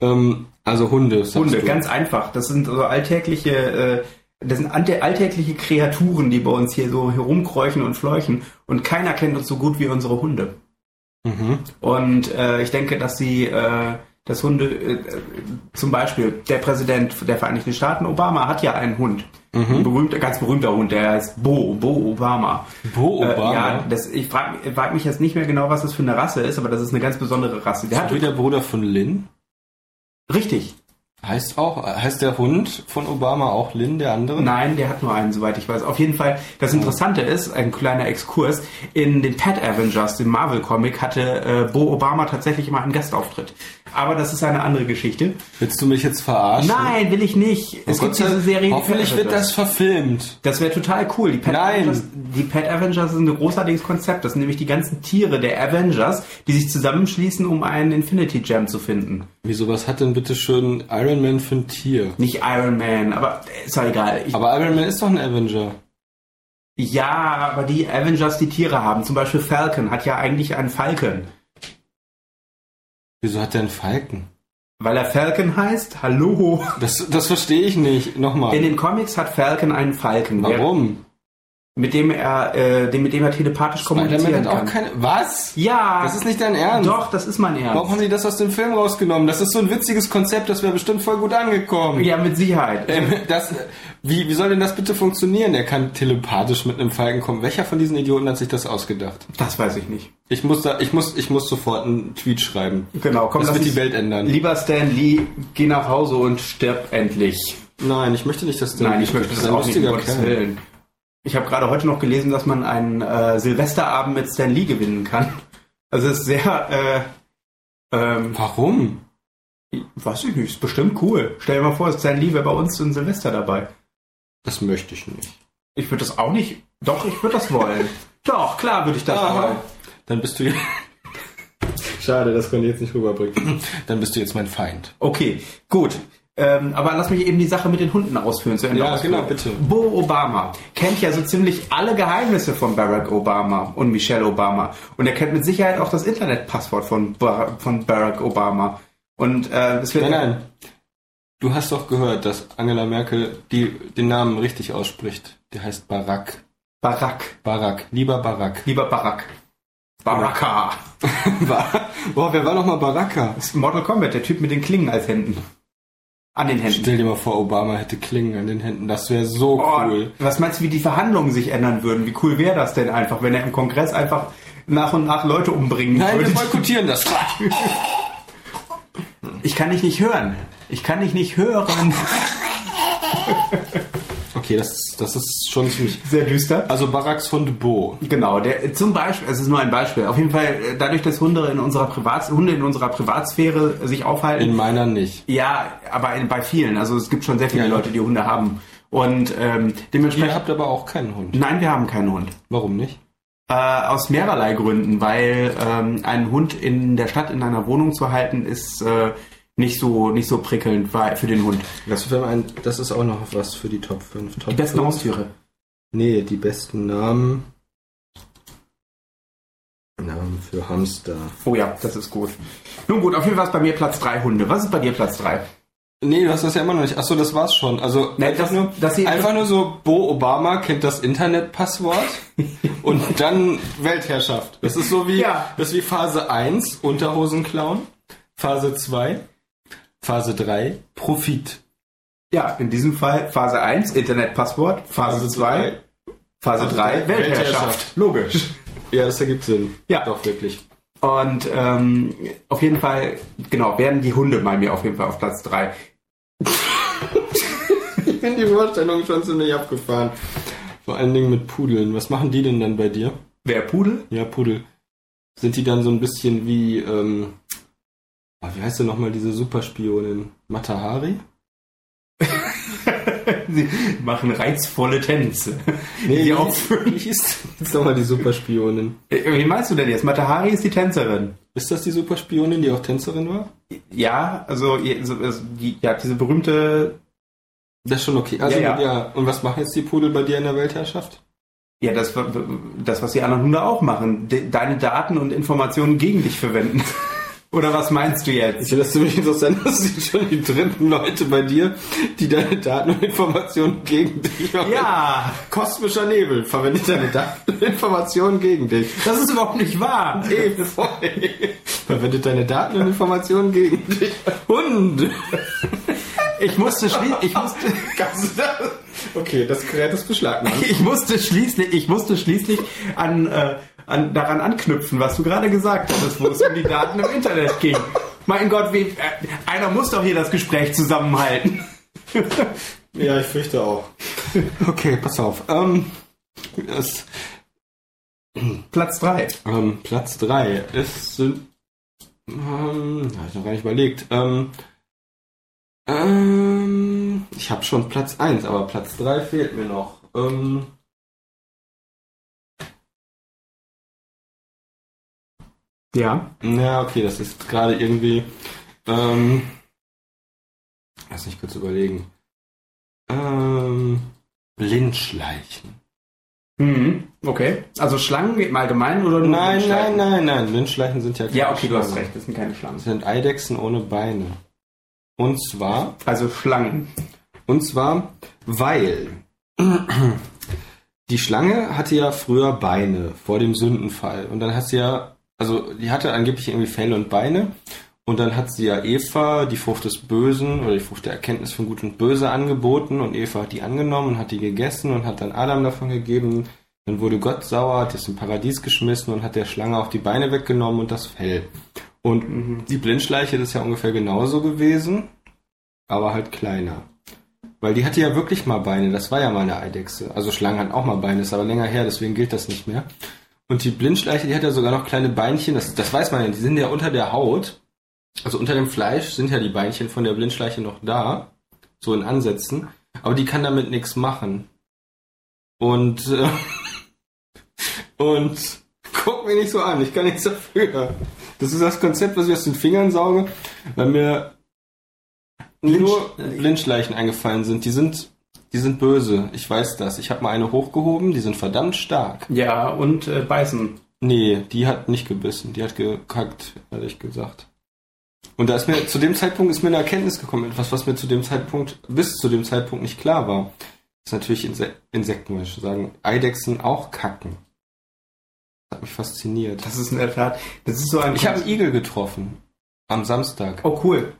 Ähm, also Hunde, sagst Hunde, du. ganz einfach. Das sind so alltägliche, äh, das sind ante- alltägliche Kreaturen, die bei uns hier so herumkräuchen und fleuchen. Und keiner kennt uns so gut wie unsere Hunde. Mhm. Und äh, ich denke, dass sie, äh, dass Hunde, äh, äh, zum Beispiel der Präsident der Vereinigten Staaten, Obama, hat ja einen Hund. Mhm. Ein berühmter, ganz berühmter Hund, der heißt Bo, Bo Obama. Bo Obama. Äh, ja, das, ich frage frag mich jetzt nicht mehr genau, was das für eine Rasse ist, aber das ist eine ganz besondere Rasse. Der So wie hat, der Bruder von Lin. richtig. Heißt auch, heißt der Hund von Obama auch Lin, der andere? Nein, der hat nur einen, soweit ich weiß. Auf jeden Fall, das Interessante ist, ein kleiner Exkurs, in den Pet Avengers, dem Marvel-Comic, hatte äh, Bo Obama tatsächlich mal einen Gastauftritt. Aber das ist eine andere Geschichte. Willst du mich jetzt verarschen? Nein, will ich nicht. Oh Es Gott gibt sei- diese Serie. die Hoffentlich Pet wird Avengers. das verfilmt. Das wäre total cool. Die Pet, Nein. Avengers, die Pet Avengers ist ein großartiges Konzept. Das sind nämlich die ganzen Tiere der Avengers, die sich zusammenschließen, um einen Infinity Gem zu finden. Wieso, was hat denn bitte schön Iron Man für ein Tier? Nicht Iron Man, aber ist ja egal. Ich, Aber Iron Man ist doch ein Avenger. ja, aber die Avengers, die Tiere haben, zum Beispiel Falcon, hat ja eigentlich einen Falken. Wieso hat der einen Falken? Weil er Falcon heißt? Hallo. Das, das verstehe ich nicht. In Nochmal. den Comics hat Falcon einen Falken, der, Warum? mit dem er, äh, dem, mit dem er telepathisch kommunizieren Spider-Man hat auch kann. keine. Was? ja, Das ist nicht dein Ernst. doch, das ist mein Ernst. Warum haben die das aus dem Film rausgenommen? Das ist so ein witziges Konzept, das wäre bestimmt voll gut angekommen. ja, mit Sicherheit. Ähm, das, wie, wie soll denn das bitte funktionieren? Er kann telepathisch mit einem Falken kommen. Welcher von diesen Idioten hat sich das ausgedacht? Das weiß ich nicht. Ich muss da, ich muss, ich muss sofort einen Tweet schreiben. Genau, komm, das lass wird die uns- Welt ändern. Lieber Stan Lee, geh nach Hause und stirb endlich. Nein, ich möchte nicht, dass der. Nein, ich möchte das ein auch nicht, um lustiger Gottes Kerl. Willen. Ich habe gerade heute noch gelesen, dass man einen äh, Silvesterabend mit Stan Lee gewinnen kann. Also es ist sehr, äh, ähm, Warum? weiß ich nicht, ist bestimmt cool. Stell dir mal vor, Stan Lee wäre bei uns in Silvester dabei. Das möchte ich nicht. Ich würde das auch nicht. Doch, ich würde das wollen. Doch, klar würde ich das wollen. Dann bist du. ja- Schade, das konnte ich jetzt nicht rüberbringen. Dann bist du jetzt mein Feind. Okay, gut. Ähm, aber lass mich eben die Sache mit den Hunden ausführen. Zu Ende Ja, ausführen. genau, bitte. Bo Obama kennt ja so ziemlich alle Geheimnisse von Barack Obama und Michelle Obama. Und er kennt mit Sicherheit auch das Internetpasswort von, Bar von Barack Obama. Und äh, es wird... Nein, nein. Du hast doch gehört, dass Angela Merkel die, den Namen richtig ausspricht. Der heißt Barack. Barack. Barack. Lieber Barack. Lieber Barack. Baraka. [LAUGHS] War- Boah, wer war noch mal Baraka? Das ist Mortal Kombat, der Typ mit den Klingen als Händen. An den Händen. Stell dir mal vor, Obama hätte Klingen an den Händen. Das wäre so Oh, cool. Was meinst du, wie die Verhandlungen sich ändern würden? Wie cool wäre das denn einfach, wenn er im Kongress einfach nach und nach Leute umbringen Nein, wir würde? boykottieren das. Ich kann dich nicht hören. Ich kann dich nicht hören. okay, das, ist- das ist schon ziemlich. [LAUGHS] Sehr düster. Also Baracks Hund Bo. Genau, der, zum Beispiel, es ist nur ein Beispiel. Auf jeden Fall, äh, dadurch, dass Hunde in unserer, Privats Hunde in unserer Privatsphäre sich aufhalten. In meiner nicht. ja, aber in, bei vielen. Also es gibt schon sehr viele Ja. Leute, die Hunde haben. Und ähm, Ihr dementsprechend. habt aber auch keinen Hund. Nein, wir haben keinen Hund. Warum nicht? Äh, aus mehrerlei Gründen, weil ähm, einen Hund in der Stadt in einer Wohnung zu halten, ist äh, nicht so nicht so prickelnd weil- für den Hund. Das, wäre ein, das ist auch noch was für die Top 5. Top Die besten fünf? Haustiere. Nee, die besten Namen. Namen für Hamster. Oh ja, das ist gut. Nun gut, auf jeden Fall ist bei mir Platz drei Hunde. Was ist bei dir Platz drei? Nee, du hast das ja immer noch nicht. Achso, das war's schon. Also Nein, einfach, das- nur, das hier- einfach nur so, Bo Obama kennt das Internetpasswort [LAUGHS] und dann Weltherrschaft. Das ist so wie, Ja. das ist wie Phase 1, Unterhosen klauen. Phase 2, Phase 3, Profit. Ja, in diesem Fall Phase 1, Internetpasswort, Phase 2, Phase Phase 3, drei, Weltherrschaft. Weltherrschaft. Logisch. Ja, das ergibt Sinn. Ja. Doch, wirklich. Und ähm, auf jeden Fall, genau, werden die Hunde bei mir auf jeden Fall auf Platz 3. Ich finde die Vorstellung schon ziemlich abgefahren. Vor allen Dingen mit Pudeln. Was machen die denn dann bei dir? Wer Pudel? Ja, Pudel. Sind die dann so ein bisschen wie, ähm, ah, wie heißt denn nochmal diese Superspionin? Matahari? [LAUGHS] Sie machen reizvolle Tänze. Nee, die wie- aufführen. Wie hieß jetzt nochmal die [LAUGHS] Superspionin? Äh, Wen meinst du denn jetzt? Matahari ist die Tänzerin. Ist das die Superspionin, die auch Tänzerin war? Ja, also, ihr- so- also die, ja, diese berühmte, Das ist schon okay. Also, Ja, ja, ja. Und was machen jetzt die Pudel bei dir in der Weltherrschaft? ja, das, das, was die anderen Hunde auch machen. De, deine Daten und Informationen gegen dich verwenden. [LAUGHS] Oder was meinst du jetzt? Ich finde das ziemlich interessant, [LAUGHS] das sind schon die dritten Leute bei dir, die deine Daten und Informationen gegen dich haben. Ja! Kosmischer Nebel verwendet deine Daten und Informationen gegen [LAUGHS] dich. Das ist überhaupt nicht wahr. Eben. [LAUGHS] Verwendet deine Daten und Informationen gegen dich. Hund! [LAUGHS] Ich musste, schli- ich musste, [LAUGHS] Kannst du das? [LAUGHS] Okay, das Gerät ist beschlagnahmt. ich musste schließlich, ich musste schließlich an, äh, an, daran anknüpfen, was du gerade gesagt hattest, wo es um die Daten im Internet ging. Mein Gott, wie, äh, einer muss doch hier das Gespräch zusammenhalten. Ja, ich fürchte auch. [LAUGHS] Okay, pass auf. Ähm, das, Platz 3. ähm, Platz 3 ist. sind- Ähm, hab ich noch gar nicht überlegt. Ähm, ähm, ich habe schon Platz 1, aber Platz 3 fehlt mir noch. Ähm, Ja. Ja, okay, das ist gerade irgendwie. Ähm, lass mich kurz überlegen. Ähm, Blindschleichen. Mhm. Okay. Also Schlangen im Allgemeinen oder nur Nein, nein, Schlangen? nein, nein. Blindschleichen sind ja keine Ja, okay, du hast Schlangen. recht, das sind keine Schlangen. Das sind Eidechsen ohne Beine. Und zwar, Also Schlangen. und zwar, weil [CLEARS THROAT] die Schlange hatte ja früher Beine vor dem Sündenfall. Und dann hat sie ja, also die hatte angeblich irgendwie Fell und Beine. Und dann hat sie ja Eva die Frucht des Bösen oder die Frucht der Erkenntnis von Gut und Böse angeboten und Eva hat die angenommen und hat die gegessen und hat dann Adam davon gegeben. Dann wurde Gott sauer, hat es im Paradies geschmissen und hat der Schlange auch die Beine weggenommen und das Fell. Und die Blindschleiche das ist ja ungefähr genauso gewesen, aber halt kleiner. Weil die hatte ja wirklich mal Beine, das war ja mal eine Eidechse. Also Schlangen hatten auch mal Beine, ist aber länger her, deswegen gilt das nicht mehr. Und die Blindschleiche, die hat ja sogar noch kleine Beinchen, das, das weiß man ja, die sind ja unter der Haut, also unter dem Fleisch sind ja die Beinchen von der Blindschleiche noch da, so in Ansätzen, aber die kann damit nichts machen. Und, äh, [LAUGHS] und guck mich nicht so an, ich kann nichts dafür. Das ist das Konzept, was ich aus den Fingern sauge, weil mir nur Blindschleichen äh, eingefallen sind. Die sind, die sind böse, ich weiß das. Ich habe mal eine hochgehoben, die sind verdammt stark. Ja, und äh, beißen. Nee, die hat nicht gebissen, die hat gekackt, ehrlich gesagt. Und da ist mir, zu dem Zeitpunkt ist mir eine Erkenntnis gekommen, etwas, was mir zu dem Zeitpunkt, bis zu dem Zeitpunkt nicht klar war. Ist natürlich Inse Insekten, würde ich sagen. Eidechsen auch kacken. Das hat mich fasziniert. Das ist in der Tat, das ist so ein... Ich habe einen Igel getroffen. Am Samstag. oh, cool.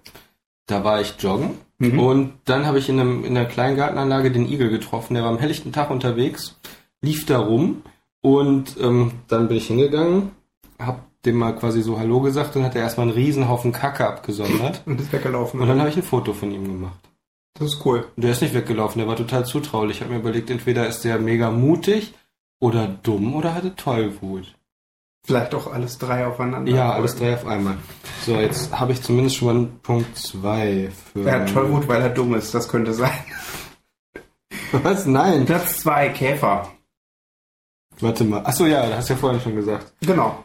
Da war ich joggen. Mhm. Und dann habe ich in, einem, in einer kleinen Gartenanlage den Igel getroffen. Der war am helllichten Tag unterwegs, lief da rum und ähm, dann bin ich hingegangen, habe dem mal quasi so Hallo gesagt und hat er erstmal einen Riesenhaufen Kacke abgesondert. Und ist weggelaufen. Und dann habe ich ein Foto von ihm gemacht. Das ist cool. Und Der ist nicht weggelaufen, der war total zutraulich. Ich habe mir überlegt, entweder ist der mega mutig oder dumm oder hatte Tollwut. Vielleicht auch alles drei aufeinander. Ja, alles drei auf einmal. So, jetzt habe ich zumindest schon mal einen Punkt zwei für. Er hat Tollwut, weil er dumm ist. Das könnte sein. [LAUGHS] [LAUGHS] Was? Nein. Platz zwei, Käfer. Warte mal. Achso, ja, das hast du ja vorhin schon gesagt. Genau.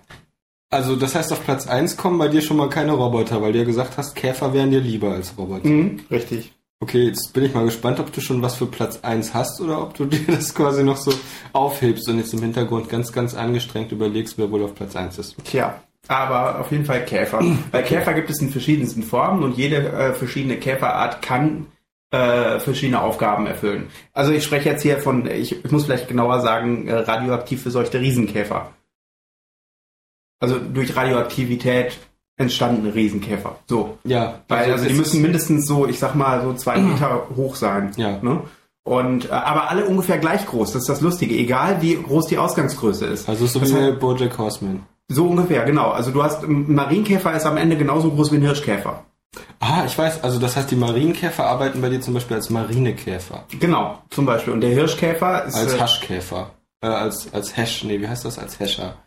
Also, das heißt, auf Platz eins kommen bei dir schon mal keine Roboter, weil du ja gesagt hast, Käfer wären dir lieber als Roboter. Mhm, richtig. Okay, jetzt bin ich mal gespannt, ob du schon was für Platz eins hast oder ob du [LAUGHS] dir das quasi noch so aufhebst und jetzt im Hintergrund ganz, ganz angestrengt überlegst, wer wohl auf Platz eins ist. Tja. Aber auf jeden Fall Käfer. Mhm. Bei Käfer gibt es in verschiedensten Formen und jede äh, verschiedene Käferart kann äh, verschiedene Aufgaben erfüllen. Also ich spreche jetzt hier von, ich, ich muss vielleicht genauer sagen, äh, radioaktiv verseuchte Riesenkäfer. Also durch Radioaktivität entstandene Riesenkäfer. So. Ja, Weil also die es- Mhm. müssen mindestens so, ich sag mal, so zwei Meter hoch sein. Ja. Ne? Und äh, aber alle ungefähr gleich groß, das ist das Lustige, egal wie groß die Ausgangsgröße ist. Also so Das wie bei heißt- Bojack Horseman. So ungefähr, genau. Also du hast ein Marienkäfer ist am Ende genauso groß wie ein Hirschkäfer. Ah, ich weiß. Also das heißt, die Marienkäfer arbeiten bei dir zum Beispiel als Marinekäfer, Genau, zum Beispiel. Und der Hirschkäfer ist als äh, Haschkäfer, äh, als als Hesch. Nee, wie heißt das? Als Hescher.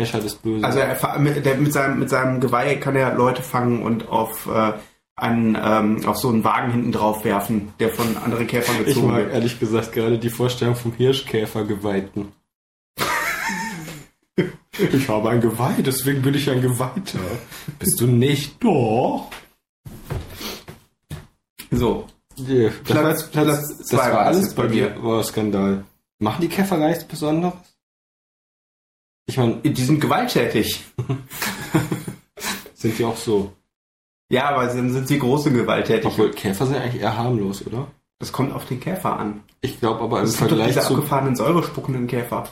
Hescher des Bösen. also er, fa- mit, der, mit seinem mit seinem Geweih kann er Leute fangen und auf äh, einen ähm, auf so einen Wagen hinten drauf werfen, der von anderen Käfern ich gezogen mag wird. ehrlich gesagt gerade die Vorstellung vom Hirschkäfer geweihten. [LAUGHS] ich habe ein Geweih, deswegen bin ich ein Geweihter. Bist du nicht? Doch. So, Nee, Platz- das, war- Platz das, zwei das war war's alles jetzt bei bei mir. mir. War ein Skandal. Machen die Käfer gar nichts Besonderes? Ich meine, die sind gewalttätig. sind die auch so? Ja, aber dann sind sie große gewalttätig. Obwohl, Käfer sind eigentlich eher harmlos, oder? Das kommt auf den Käfer an. Ich glaube aber im Das sind doch Vergleich diese zu... abgefahrenen säurespuckenden Käfer.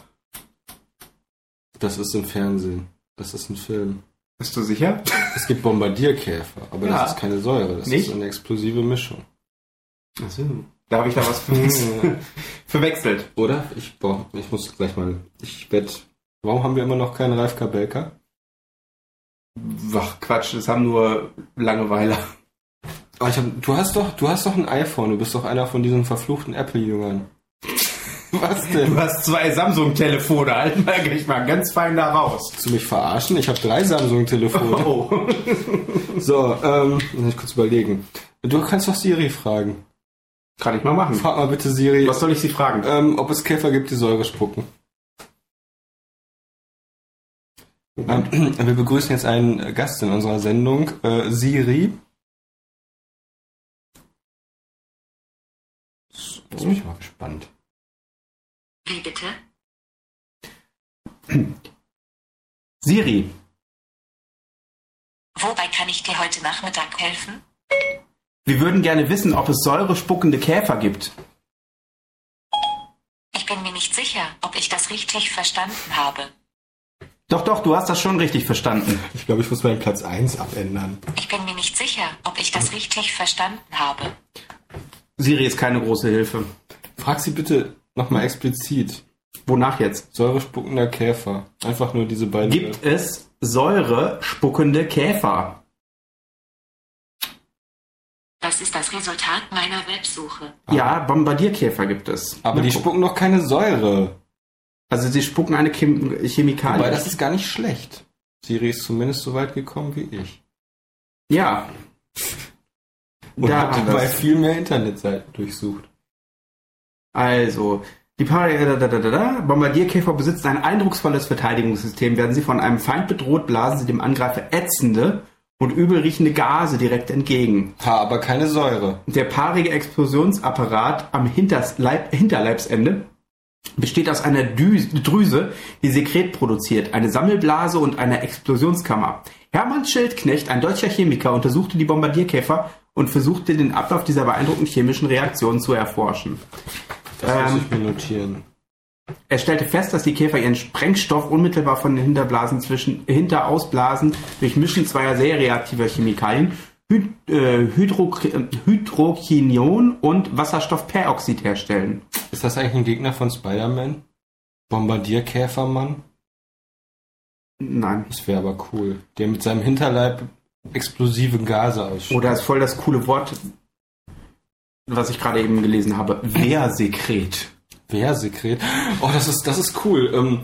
Das ist im Fernsehen. Das ist ein Film. Bist du sicher? Es gibt Bombardierkäfer, aber Ja. das ist keine Säure. Das Nicht? ist eine explosive [LAUGHS] Mischung. Achso. Da habe ich da was [LAUGHS] verwechselt. [LAUGHS] verwechselt. oder? Ich, boah, ich muss gleich mal... Ich wett... Warum haben wir immer noch keinen Ralf Kabelka? Ach Quatsch, das haben nur Langeweile. Ah, ich hab, du hast doch, du hast doch ein iPhone. Du bist doch einer von diesen verfluchten Apple-Jüngern. [LAUGHS] Was denn? Du hast zwei Samsung-Telefone, halt mal gleich mal ganz fein da raus. Willst du mich verarschen? Ich habe drei Samsung-Telefone. Oh. So, ähm, muss ich kurz überlegen. Du kannst doch Siri fragen. Kann ich mal machen. Frag mal bitte Siri, Was soll ich sie fragen? ähm, ob es Käfer gibt, die Säure spucken. Ähm, [CLEARS THROAT] wir begrüßen jetzt einen Gast in unserer Sendung, äh, Siri. Jetzt bin ich mal gespannt. Wie bitte? Siri. Wobei kann ich dir heute Nachmittag helfen? Wir würden gerne wissen, ob es säurespuckende Käfer gibt. Ich bin mir nicht sicher, ob ich das richtig verstanden habe. Doch, doch, du hast das schon richtig verstanden. Ich glaube, ich muss meinen Platz 1 abändern. Ich bin mir nicht sicher, ob ich das richtig verstanden habe. Siri ist keine große Hilfe. Frag sie bitte nochmal explizit. Wonach jetzt? Säurespuckender Käfer. Einfach nur diese beiden. Gibt es säurespuckende Käfer? Das ist das Resultat meiner Websuche. Ja, Bombardierkäfer gibt es. Ah. Aber die spucken doch keine Säure. Also sie spucken eine Chem Chemikalie. Wobei, das ist gar nicht schlecht. Siri ist zumindest so weit gekommen wie ich. ja. Und Da hat haben dabei wir's. viel mehr Internetseiten durchsucht. Also, die Par da, da, da, da, da. Bombardierkäfer besitzen ein eindrucksvolles Verteidigungssystem. Werden sie von einem Feind bedroht, blasen sie dem Angreifer ätzende und übelriechende Gase direkt entgegen. Ha, aber keine Säure. Der paarige Explosionsapparat am Hinters Leib Hinterleibsende besteht aus einer Dü Drüse, die Sekret produziert, eine Sammelblase und einer Explosionskammer. Hermann Schildknecht, ein deutscher Chemiker, untersuchte die Bombardierkäfer und versuchte den Ablauf dieser beeindruckenden chemischen Reaktion zu erforschen. Das Ähm. muss ich mir notieren. Er stellte fest, dass die Käfer ihren Sprengstoff unmittelbar von den Hinterblasen zwischen Hinterausblasen durch Mischen zweier sehr reaktiver Chemikalien, Hy äh, Hydro äh, Hydrochinion und Wasserstoffperoxid herstellen. Ist das eigentlich ein Gegner von Spider-Man? Bombardierkäfermann? Nein. Das wäre aber cool. Der mit seinem Hinterleib explosive Gase ausspuckt. Oder ist voll das coole Wort. was ich gerade eben gelesen habe. Wehrsekret. Wehrsekret. Oh, das ist, das ist cool. Ähm,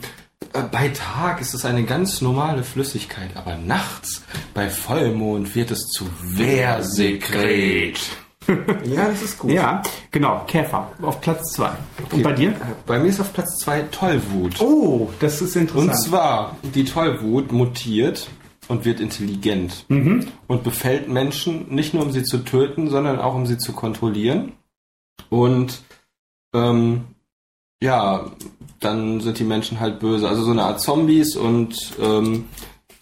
äh, bei Tag ist es eine ganz normale Flüssigkeit, aber nachts bei Vollmond wird es zu Wehrsekret. Ja, das ist gut. Ja, genau. Käfer. Auf Platz zwei. Und bei dir? Bei mir ist auf Platz zwei Tollwut. Oh, das ist Und interessant. zwar, die Tollwut mutiert und wird intelligent und befällt Menschen nicht nur, um sie zu töten, sondern auch, um sie zu kontrollieren. Und ähm, ja, dann sind die Menschen halt böse. Also so eine Art Zombies und ähm,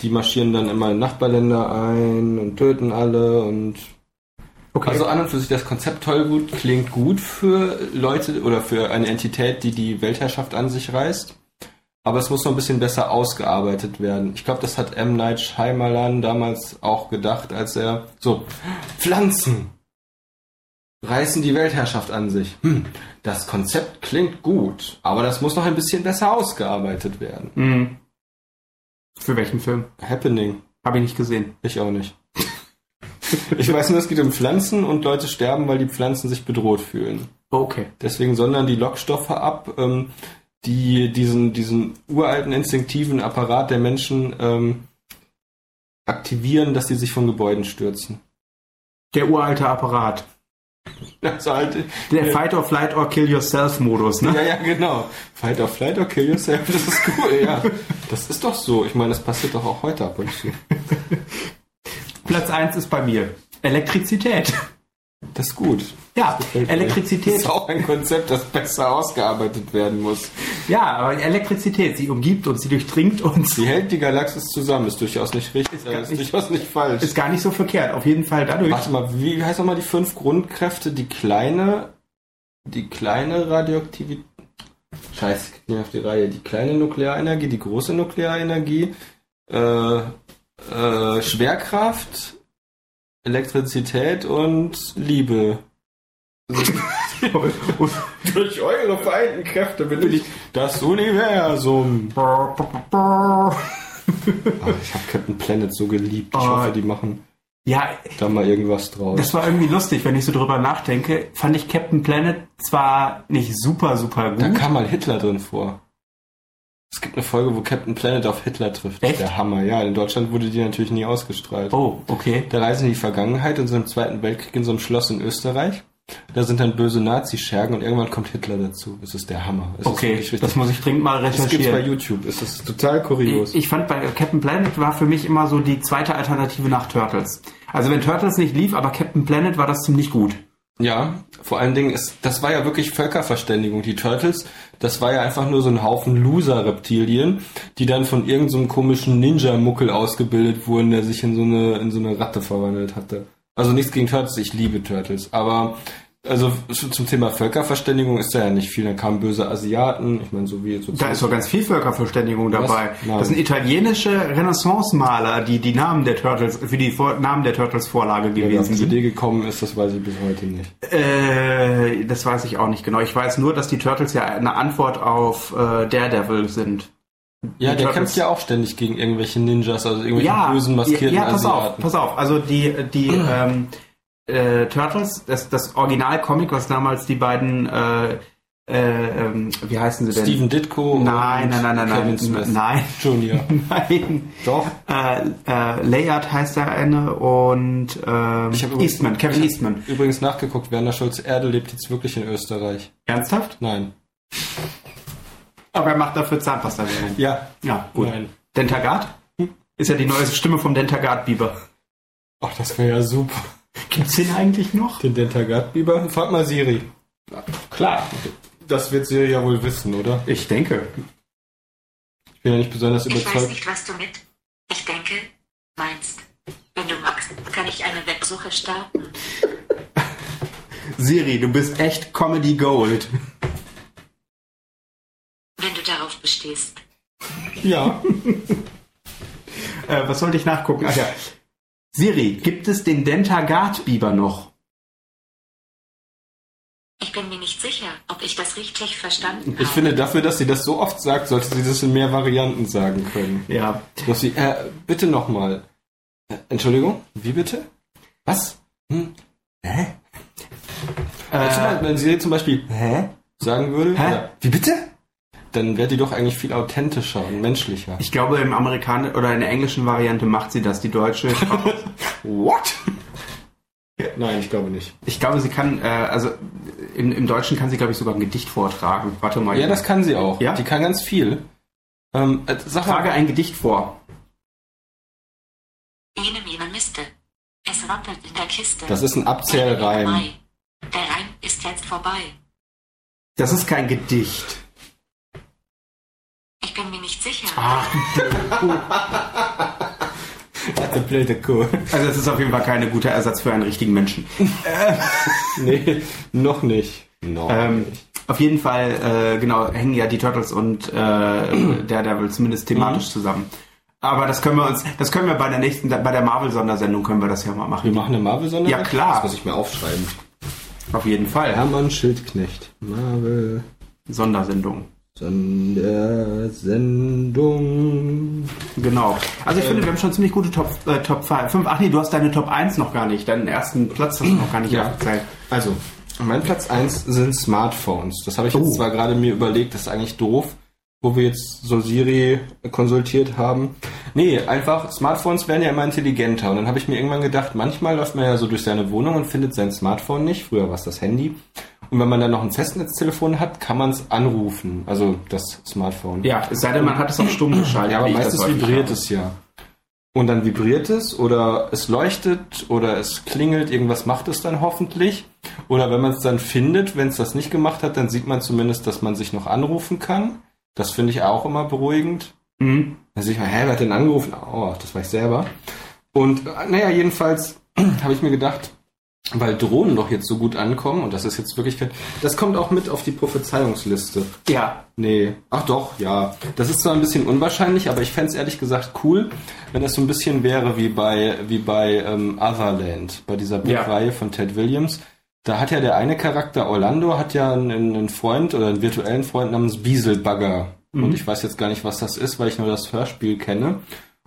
die marschieren dann immer in Nachbarländer ein und töten alle und okay. also an und für sich das Konzept Tollwut klingt gut für Leute oder für eine Entität, die die Weltherrschaft an sich reißt. Aber es muss noch ein bisschen besser ausgearbeitet werden. Ich glaube, das hat M. Night Shyamalan damals auch gedacht, als er so Pflanzen reißen die Weltherrschaft an sich. Hm, das Konzept klingt gut, aber das muss noch ein bisschen besser ausgearbeitet werden. Mhm. Für welchen Film? Happening, Habe ich nicht gesehen. ich auch nicht. [LAUGHS] Ich weiß nur, es geht um Pflanzen und Leute sterben, weil die Pflanzen sich bedroht fühlen. Okay. Deswegen sondern die Lockstoffe ab, ähm, die diesen, diesen uralten instinktiven Apparat der Menschen ähm, aktivieren, dass sie sich von Gebäuden stürzen. Der uralte Apparat. Also halt, Der Fight or Flight or Kill Yourself Modus, ne? ja, ja, genau. Fight or flight or kill yourself, das ist cool, ja. Das ist doch so. Ich meine, das passiert doch auch heute ab und zu. Platz eins ist bei mir. Elektrizität. [LAUGHS] Das ist gut. Ja, mir. Das Elektrizität. ist auch ein Konzept, das besser ausgearbeitet werden muss. Ja, aber Elektrizität, sie umgibt uns, sie durchdringt uns. Die hält die Galaxis zusammen, ist durchaus nicht richtig, äh, ist nicht- durchaus nicht falsch. Ist gar nicht so verkehrt. Auf jeden Fall dadurch. Warte mal, wie heißt nochmal die fünf Grundkräfte? Die kleine, die kleine Radioaktivität. Scheiße, ich krieg nicht auf die Reihe. Die kleine Nuklearenergie, die große Nuklearenergie, äh, äh, Schwerkraft, Elektrizität und Liebe. Und- Durch eure feinden Kräfte bin ich das Universum. Oh, ich habe Captain Planet so geliebt. Ich Oh. hoffe, die machen [LAUGHS] ja, da mal irgendwas draus. das war irgendwie lustig, wenn ich so drüber nachdenke. Fand ich Captain Planet zwar nicht super, super Da gut. kam mal Hitler drin vor. Es gibt eine Folge, wo Captain Planet auf Hitler trifft. Echt? Der Hammer, ja. In Deutschland wurde die natürlich nie ausgestrahlt. Oh, okay. Da reisen die Vergangenheit in so einem Zweiten Weltkrieg in so einem Schloss in Österreich. Da sind dann böse Nazischergen und irgendwann kommt Hitler dazu. Es ist der Hammer. Es Okay, ist wirklich das richtig. muss ich dringend mal Das gibt's bei recherchieren. YouTube. Es ist total kurios. Ich, ich fand bei Captain Planet war für mich immer so die zweite Alternative nach Turtles. Also wenn Turtles nicht lief, aber Captain Planet war das ziemlich gut. Ja, vor allen Dingen ist, das war ja wirklich Völkerverständigung. Die Turtles, das war ja einfach nur so ein Haufen Loser-Reptilien, die dann von irgendeinem so einem komischen Ninja-Muckel ausgebildet wurden, der sich in so eine, in so eine Ratte verwandelt hatte. Also nichts gegen Turtles, ich liebe Turtles, aber, also schon zum Thema Völkerverständigung ist da ja nicht viel. Dann kamen böse Asiaten, ich meine, so wie so Da ist doch ganz viel Völkerverständigung dabei. Nein. Das sind italienische Renaissance-Maler, die die Namen der Turtles, für die Vor Namen der Turtles Vorlage wer auf gewesen ne? die sind. Idee gekommen ist, das weiß ich bis heute nicht. Äh, das weiß ich auch nicht genau. Ich weiß nur, dass die Turtles ja eine Antwort auf äh, Daredevil sind. Ja, der Turtles- kämpft ja auch ständig gegen irgendwelche Ninjas, also irgendwelche bösen, maskierten ja, ja, pass auf, Asiaten. pass auf. Also die, [CLEARS THROAT] die ähm, äh, Turtles, das, das Original-Comic, was damals die beiden, äh, äh, ähm, wie heißen sie denn? Steven Ditko Nein, nein, nein, nein, Kevin nein, Smith nein, [LAUGHS] Junior. nein. Doch. Äh, äh, Layard heißt der eine und ähm, Ich hab übrigens- Eastman, Kevin ich hab Eastman. Übrigens nachgeguckt, Werner Schulze Erde lebt jetzt wirklich in Österreich. Ernsthaft? Nein. Aber er macht dafür Zahnpasta-Werbung. Ja. Ja, gut. Nein. Dentagard? Ist ja die neue Stimme vom Dentagard-Biber. Ach, das wäre ja super. Gibt's den eigentlich noch? Den Dentagard-Biber? Frag mal Siri. Klar. Das wird Siri ja wohl wissen, oder? Ich denke. Ich bin ja nicht besonders Ich weiß überzeugt. nicht, was du mit. Ich denke, meinst. Wenn du magst, kann ich eine Websuche starten. Siri, du bist echt Comedy Gold. Wenn du darauf bestehst. Ja. Äh, was sollte ich nachgucken? Ach ja. Siri, gibt es den Dentagard-Biber noch? Ich bin mir nicht sicher, ob ich das richtig verstanden habe. Ich finde, dafür, dass sie das so oft sagt, sollte sie das in mehr Varianten sagen können. Ja. Dass sie, äh, bitte nochmal. Äh, Entschuldigung? Wie bitte? Was? Hm? Hä? Zum Äh, Beispiel, wenn sie zum Beispiel Hä? sagen würde, Hä? oder, wie bitte? Dann wäre die doch eigentlich viel authentischer und menschlicher. ich glaube, im amerikanischen oder in der englischen Variante macht sie das, die deutsche. [LAUGHS] What? Nein, ich glaube nicht. Ich glaube, sie kann, äh, also im, im Deutschen kann sie, glaube ich, sogar ein Gedicht vortragen. Warte mal. Ja, das kann sie auch. Ja? Die kann ganz viel. Ähm, äh, sag Trage mal, ein Gedicht vor. Jene Mine Miste. Es rappelt in der Kiste. das ist ein Abzählreim. Mai. Der Reim ist jetzt vorbei. Das ist kein Gedicht. Ich bin mir nicht sicher. Ach, Der blöde Kuh. also das ist auf jeden Fall kein guter Ersatz für einen richtigen Menschen. [LAUGHS] Nee, noch nicht. Noch Ähm, nicht. auf jeden Fall, äh, genau, hängen ja die Turtles [CLEARS THROAT] und äh, Daredevil zumindest thematisch Mhm. zusammen. Aber das können wir uns, das können wir bei der nächsten, bei der Marvel-Sondersendung können wir das ja mal Wir machen. machen eine Marvel-Sonderung? Ja, klar. Das muss ich mir aufschreiben. Auf jeden Fall. Hermann Schildknecht. Marvel. Sondersendung. Sondersendung. Genau. Äh. Also ich finde, wir haben schon ziemlich gute Top, äh, Top 5. Ach nee, du hast deine Top 1 noch gar nicht. Deinen ersten Platz hast du noch gar nicht Ja. aufgezeigt. Also, mein Platz 1 sind Smartphones. Das habe ich Oh. jetzt zwar gerade mir überlegt, das ist eigentlich doof, wo wir jetzt so Siri konsultiert haben. Nee, einfach, Smartphones werden ja immer intelligenter. Und dann habe ich mir irgendwann gedacht, manchmal läuft man ja so durch seine Wohnung und findet sein Smartphone nicht. Früher war es das Handy. Und wenn man dann noch ein Festnetztelefon hat, kann man es anrufen. Also das Smartphone. Ja, es sei denn, man hat es auf [CLEARS THROAT] stumm geschaltet. Ja, aber wie ich das meistens häufig vibriert habe. es ja. Und dann vibriert es oder es leuchtet oder es klingelt, irgendwas macht es dann hoffentlich. Oder wenn man es dann findet, wenn es das nicht gemacht hat, dann sieht man zumindest, dass man sich noch anrufen kann. Das finde ich auch immer beruhigend. Mhm. Dann sehe ich mal, hä, wer hat denn angerufen? Oh, das war ich selber. Und äh, naja, jedenfalls [CLEARS THROAT] habe ich mir gedacht, weil Drohnen doch jetzt so gut ankommen, und das ist jetzt wirklich, kein- das kommt auch mit auf die Prophezeiungsliste. Ja, Nee. Ach doch, ja. Das ist zwar ein bisschen unwahrscheinlich, aber ich fänd's ehrlich gesagt cool, wenn das so ein bisschen wäre wie bei, wie bei ähm, Otherland, bei dieser Ja. Buchreihe von Ted Williams. Da hat ja der eine Charakter, Orlando, hat ja einen, einen Freund oder einen virtuellen Freund namens Bieselbagger. Und ich weiß jetzt gar nicht, was das ist, weil ich nur das Hörspiel kenne.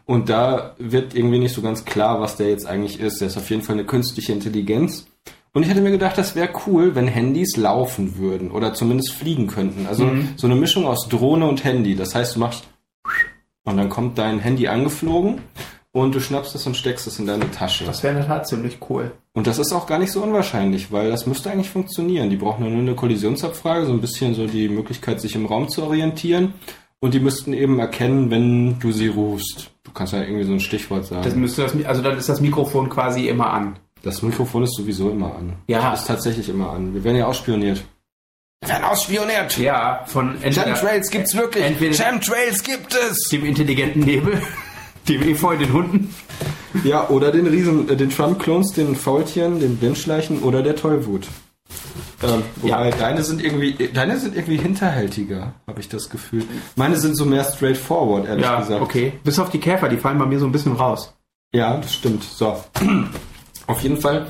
Und da wird irgendwie nicht so ganz klar, was der jetzt eigentlich ist. Der ist auf jeden Fall eine künstliche Intelligenz. Und ich hätte mir gedacht, das wäre cool, wenn Handys laufen würden oder zumindest fliegen könnten. Also so eine Mischung aus Drohne und Handy. Das heißt, du machst und dann kommt dein Handy angeflogen und du schnappst es und steckst es in deine Tasche. das wäre in der Tat ziemlich cool. Und das ist auch gar nicht so unwahrscheinlich, weil das müsste eigentlich funktionieren. Die brauchen nur eine Kollisionsabfrage, so ein bisschen so die Möglichkeit, sich im Raum zu orientieren. Und die müssten eben erkennen, wenn du sie rufst. Du kannst ja irgendwie so ein Stichwort sagen. Das Das, müsste das, Mi- also dann ist das Mikrofon quasi immer an. Mikrofon ist sowieso immer an. Ja. Ist tatsächlich immer an. Wir werden ja ausspioniert. Wir werden ausspioniert! Ja, von entweder Chemtrails gibt's wirklich! Entweder- Chemtrails gibt es! dem intelligenten Nebel, [LAUGHS] dem Efeu, den Hunden. Ja, oder den Riesen, äh, den Trump-Clones, den Faultieren, den Blindschleichen oder der Tollwut. Ähm, wobei deine sind irgendwie, deine sind irgendwie hinterhältiger, habe ich das Gefühl. Meine sind so mehr straightforward, ehrlich Ja, gesagt. okay. Bis auf die Käfer, die fallen bei mir so ein bisschen raus. Ja, das stimmt. So. [CLEARS THROAT] Auf jeden Fall,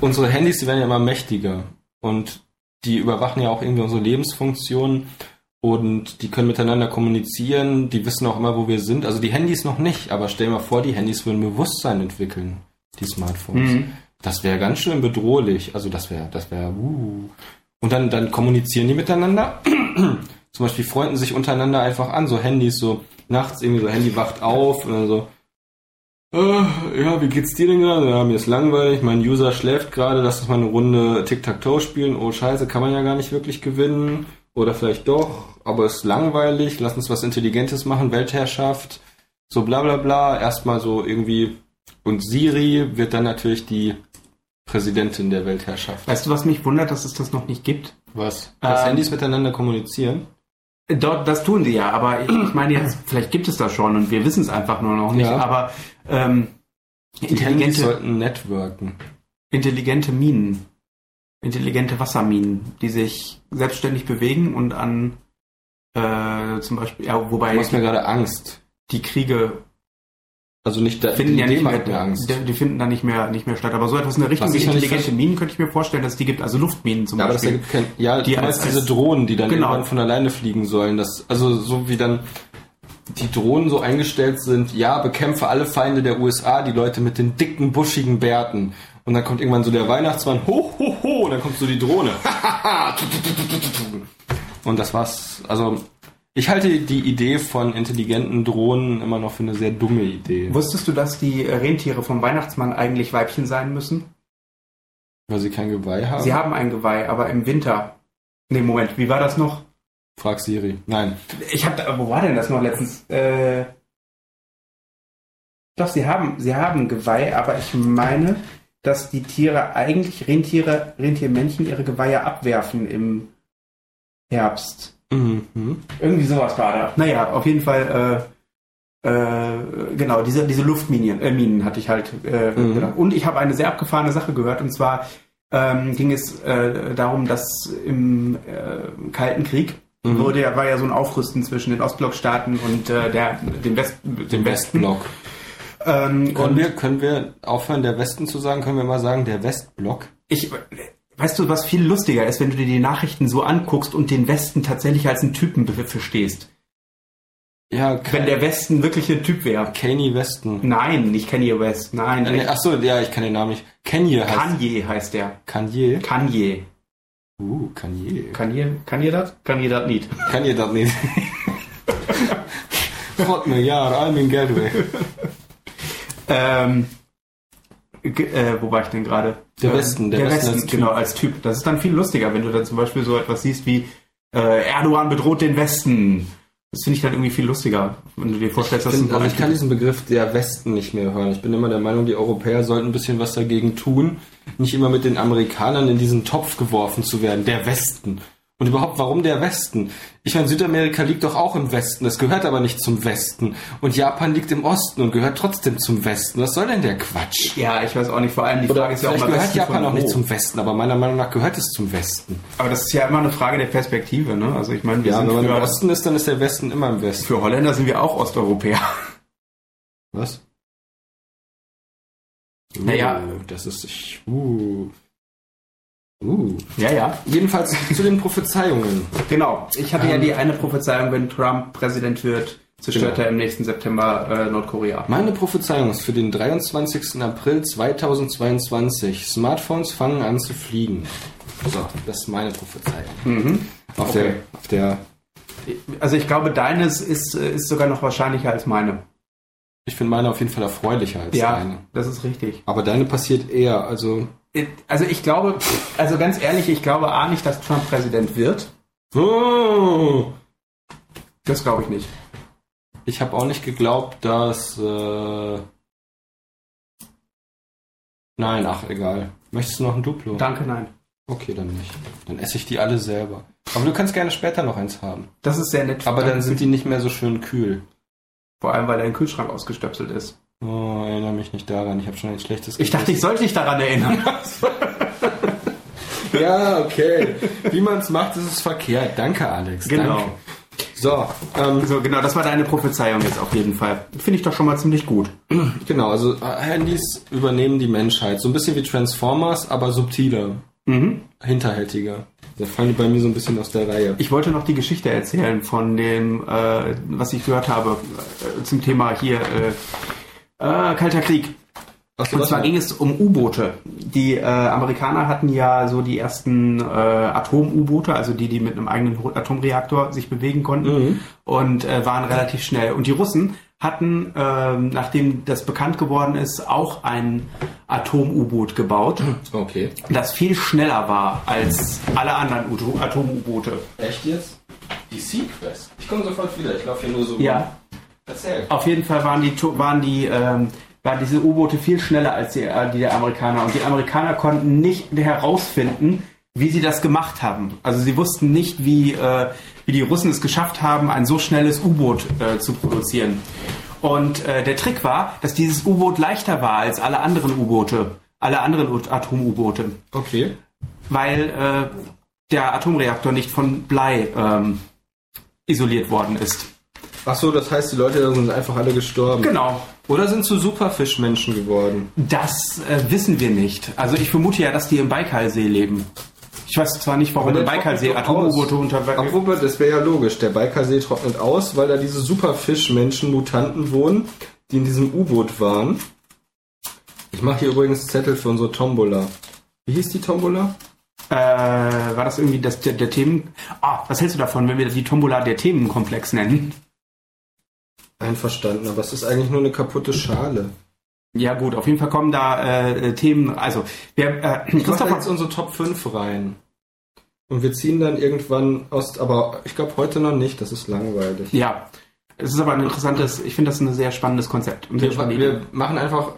unsere Handys, die werden ja immer mächtiger. Und die überwachen ja auch irgendwie unsere Lebensfunktionen. Und die können miteinander kommunizieren. Die wissen auch immer, wo wir sind. Also die Handys noch nicht. Aber stell dir mal vor, die Handys würden Bewusstsein entwickeln. Die Smartphones. Das wäre ganz schön bedrohlich. Also das wäre, das wäre, uh. Und dann, dann kommunizieren die miteinander. [CLEARS THROAT] Zum Beispiel freunden sich untereinander einfach an. So Handys, so nachts irgendwie so Handy wacht auf und dann so, äh, ja, wie geht's dir denn gerade? Ja, mir ist langweilig, mein User schläft gerade, lass uns mal eine Runde Tic-Tac-Toe spielen. Oh, scheiße, kann man ja gar nicht wirklich gewinnen. Oder vielleicht doch, aber ist langweilig, lass uns was Intelligentes machen, Weltherrschaft. So bla bla bla, erstmal so irgendwie. Und Siri wird dann natürlich die Präsidentin der Weltherrschaft. Weißt du, was mich wundert, dass es das noch nicht gibt? Was? Dass Ähm, Handys miteinander kommunizieren? Dort, das tun sie ja, aber ich, ich [CLEARS THROAT] meine jetzt, vielleicht gibt es das schon und wir wissen es einfach nur noch nicht, Ja. aber ähm, Die Handys intelligente, sollten networken. intelligente Minen, intelligente Wasserminen, die sich selbstständig bewegen und an äh, zum Beispiel, ja, Du wobei machst mir gerade Angst. die Kriege Also nicht da, finden die ja nicht Idee mehr, macht mir Angst. Die, die finden dann nicht mehr, nicht mehr statt, aber so etwas in der Richtung Was wie ich noch nicht intelligente verste- Minen könnte ich mir vorstellen, dass es die gibt, also Luftminen zum Ja, aber das Beispiel. ergibt kein, ja, Die die als, als- diese Drohnen, die dann Genau. irgendwann von alleine fliegen sollen. Das, also so wie dann die Drohnen so eingestellt sind, ja, bekämpfe alle Feinde der USA, die Leute mit den dicken, buschigen Bärten. Und dann kommt irgendwann so der Weihnachtsmann, ho, ho, ho, ho, und dann kommt so die [LAUGHS] Drohne. und das war's. Also, ich halte die Idee von intelligenten Drohnen immer noch für eine sehr dumme Idee. Wusstest du, dass die äh, Rentiere vom Weihnachtsmann eigentlich Weibchen sein müssen? Weil sie kein Geweih haben? Sie haben ein Geweih, aber im Winter. Nee, Moment, wie war das noch? Frag Siri. Nein. Ich hab, da- wo war denn das noch letztens? Äh, doch, sie haben, sie haben Geweih, aber ich meine, dass die Tiere eigentlich Rentiere, Rentiermännchen ihre Geweihe abwerfen im Herbst. Mhm. Irgendwie sowas war da. Naja, auf jeden Fall, äh, äh, genau, diese, diese Luftminen äh, Minen hatte ich halt äh, Mhm. gedacht. Und ich habe eine sehr abgefahrene Sache gehört, und zwar ähm, ging es äh, darum, dass im äh, Kalten Krieg Mhm. wurde ja, war ja so ein Aufrüsten zwischen den Ostblockstaaten und äh, der, dem, West, dem Im Westen. Westblock. Ähm, Können und wir, können wir aufhören, der Westen zu sagen? Können wir mal sagen, der Westblock? ich, weißt du, was viel lustiger ist, wenn du dir die Nachrichten so anguckst und den Westen tatsächlich als einen Typen be- verstehst. Ja, Wenn der Westen wirklich ein Typ wäre. Kanye Westen. Nein, nicht Kanye West. Nein, Äh, nee, Achso, ja, ich kann den Namen nicht. Kanye heißt. Kanye heißt der. Kanye? Kanye. Uh, Kanye. Kanye, Kanye das? Kanye das nicht. Kanye das nicht. [LAUGHS] Gott, mir ja, Almin Galway. Ähm, ge- äh, wo war ich denn gerade? Der Ähm, Westen, der der Westen Westen, als Typ. genau, als Typ. Das ist dann viel lustiger, wenn du dann zum Beispiel so etwas siehst wie äh, Erdogan bedroht den Westen. Das finde ich dann irgendwie viel lustiger, wenn du dir vorstellst, dass Ich, find, das also ein ich kann Typ- diesen Begriff der Westen nicht mehr hören. Ich bin immer der Meinung, die Europäer sollten ein bisschen was dagegen tun, nicht immer mit den Amerikanern in diesen Topf geworfen zu werden. Der Westen. Und überhaupt, warum der Westen? Ich meine, Südamerika liegt doch auch im Westen, es gehört aber nicht zum Westen. Und Japan liegt im Osten und gehört trotzdem zum Westen. Was soll denn der Quatsch? Ja, ich weiß auch nicht. Vor allem die Oder Frage ist ja auch vielleicht mal gehört Westen Japan von auch nicht wo. zum Westen, aber meiner Meinung nach gehört es zum Westen. Aber das ist ja immer eine Frage der Perspektive, ne? Also ich meine, wir Ja, sind wenn man im für, Osten ist, dann ist der Westen immer im Westen. für Holländer sind wir auch Osteuropäer. [LAUGHS] Was? Naja. Uh, das ist. Ich, uh. Uh. Ja, ja. Jedenfalls zu den Prophezeiungen. Genau. Ich hatte ja Ähm, Genau. die eine Prophezeiung, wenn Trump Präsident wird, zerstört er im nächsten September äh, Nordkorea. Meine Prophezeiung ist für den 23. April 2022. Smartphones fangen an zu fliegen. So, das ist meine Prophezeiung. Mhm. Auf Okay. der. Auf der Also ich glaube, deines ist, äh, ist sogar noch wahrscheinlicher als meine. ich finde meine auf jeden Fall erfreulicher als deine. das ist richtig. Aber deine passiert eher. Also. Also ich glaube, also ganz ehrlich, ich glaube A nicht, dass Trump Präsident wird. Oh, Das glaube ich nicht. ich habe auch nicht geglaubt, dass. Äh, Nein, ach, egal. Möchtest du noch ein Duplo? Danke, nein. Okay, dann nicht. Dann esse ich die alle selber. Aber du kannst gerne später noch eins haben. Das ist sehr nett. Aber dann sind die nicht mehr so schön kühl. vor allem, weil dein Kühlschrank ausgestöpselt ist. Oh, erinnere mich nicht daran. Ich habe schon ein schlechtes Ich dachte, ich sollte dich [LAUGHS] daran erinnern. Gewissen. Ja, okay. Wie man es macht, ist es verkehrt. Danke, Alex. Genau. Danke. So, ähm, So genau, das war deine Prophezeiung jetzt auf jeden Fall. Finde ich doch schon mal ziemlich gut. genau. Also äh, Handys übernehmen die Menschheit. So ein bisschen wie Transformers, aber subtiler. Mhm. Hinterhältiger. Da fallen die bei mir so ein bisschen aus der Reihe. Ich wollte noch die Geschichte erzählen von dem, äh, was ich gehört habe äh, zum Thema hier äh, äh, Kalter Krieg. Ach so, Und das zwar war- ging es um U-Boote. Die äh, Amerikaner hatten ja so die ersten äh, Atom-U-Boote, also die, die mit einem eigenen Ho- Atomreaktor sich bewegen konnten Mhm. und äh, waren relativ schnell. Und die Russen hatten, ähm, nachdem das bekannt geworden ist, auch ein Atom-U-Boot gebaut, Okay. das viel schneller war als alle anderen U- Atom-U-Boote. Echt jetzt? Die Sequest. Ich komme sofort wieder. Ich laufe hier nur so. Ja, Erzähl. Auf jeden Fall waren die Tu- waren die ähm, waren diese U-Boote viel schneller als die, äh, die der Amerikaner und die Amerikaner konnten nicht herausfinden, wie sie das gemacht haben. Also sie wussten nicht, wie äh, wie die Russen es geschafft haben, ein so schnelles U-Boot äh, zu produzieren. Und äh, der Trick war, dass dieses U-Boot leichter war als alle anderen U-Boote, alle anderen U- Atom-U-Boote, Okay. weil äh, der Atomreaktor nicht von Blei ähm, isoliert worden ist. Ach so, das heißt, die Leute sind einfach alle gestorben. Genau. Oder sind zu Superfischmenschen geworden. Das äh, wissen wir nicht. Also ich vermute ja, dass die im Baikalsee leben. Ich weiß zwar nicht, warum im Baikalsee Atom-U-Boote unterwegs Obwohl, das wäre ja logisch. Der Baikalsee trocknet aus, weil da diese Superfischmenschen, Mutanten wohnen, die in diesem U-Boot waren. Ich mache hier übrigens Zettel für unsere Tombola. Wie hieß die Tombola? äh, war das irgendwie das, der, der Themen. Ah, was hältst du davon, wenn wir die Tombola der Themenkomplex nennen? Einverstanden, aber es ist eigentlich nur eine kaputte Schale. Ja gut, auf jeden Fall kommen da äh, Themen. Also wer, äh, Ich mache Christopher, jetzt unsere Top 5 rein. Und wir ziehen dann irgendwann aus, aber ich glaube heute noch nicht, das ist langweilig. ja, es ist aber ein interessantes. Ich finde das ein sehr spannendes Konzept. Und sehr Wir, spannende Idee. wir machen einfach,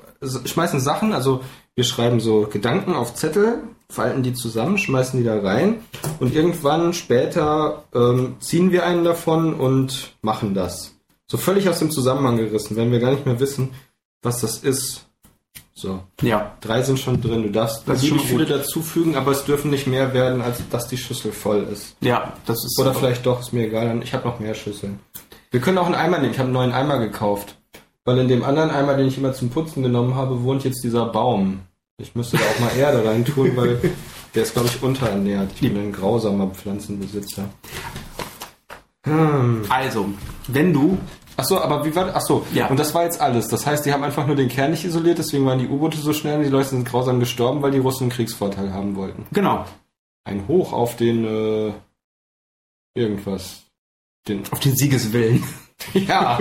schmeißen Sachen, also wir schreiben so Gedanken auf Zettel, falten die zusammen, schmeißen die da rein und irgendwann später ähm, ziehen wir einen davon und machen das. So völlig aus dem Zusammenhang gerissen, wenn wir gar nicht mehr wissen, was das ist. So, ja, drei sind schon drin. Du darfst Das ist schon beliebig mal viele gut. dazufügen, aber es dürfen nicht mehr werden, als dass die Schüssel voll ist. ja, das ist Oder vielleicht doch, ist mir egal. Ich habe noch mehr Schüsseln. Wir können auch einen Eimer nehmen. Ich habe einen neuen Eimer gekauft. Weil in dem anderen Eimer, den ich immer zum Putzen genommen habe, wohnt jetzt dieser Baum. Ich müsste da auch mal Erde reintun, weil der ist, glaube ich, unterernährt. Ich bin ein grausamer Pflanzenbesitzer. Hm. Also, wenn du Ach so, aber wie war Ach so, Ja. und das war jetzt alles. Das heißt, die haben einfach nur den Kern nicht isoliert, deswegen waren die U-Boote so schnell und die Leute sind grausam gestorben, weil die Russen einen Kriegsvorteil haben wollten. genau Ein Hoch auf den, äh, irgendwas. Den, [LAUGHS] auf den Siegeswillen, ja.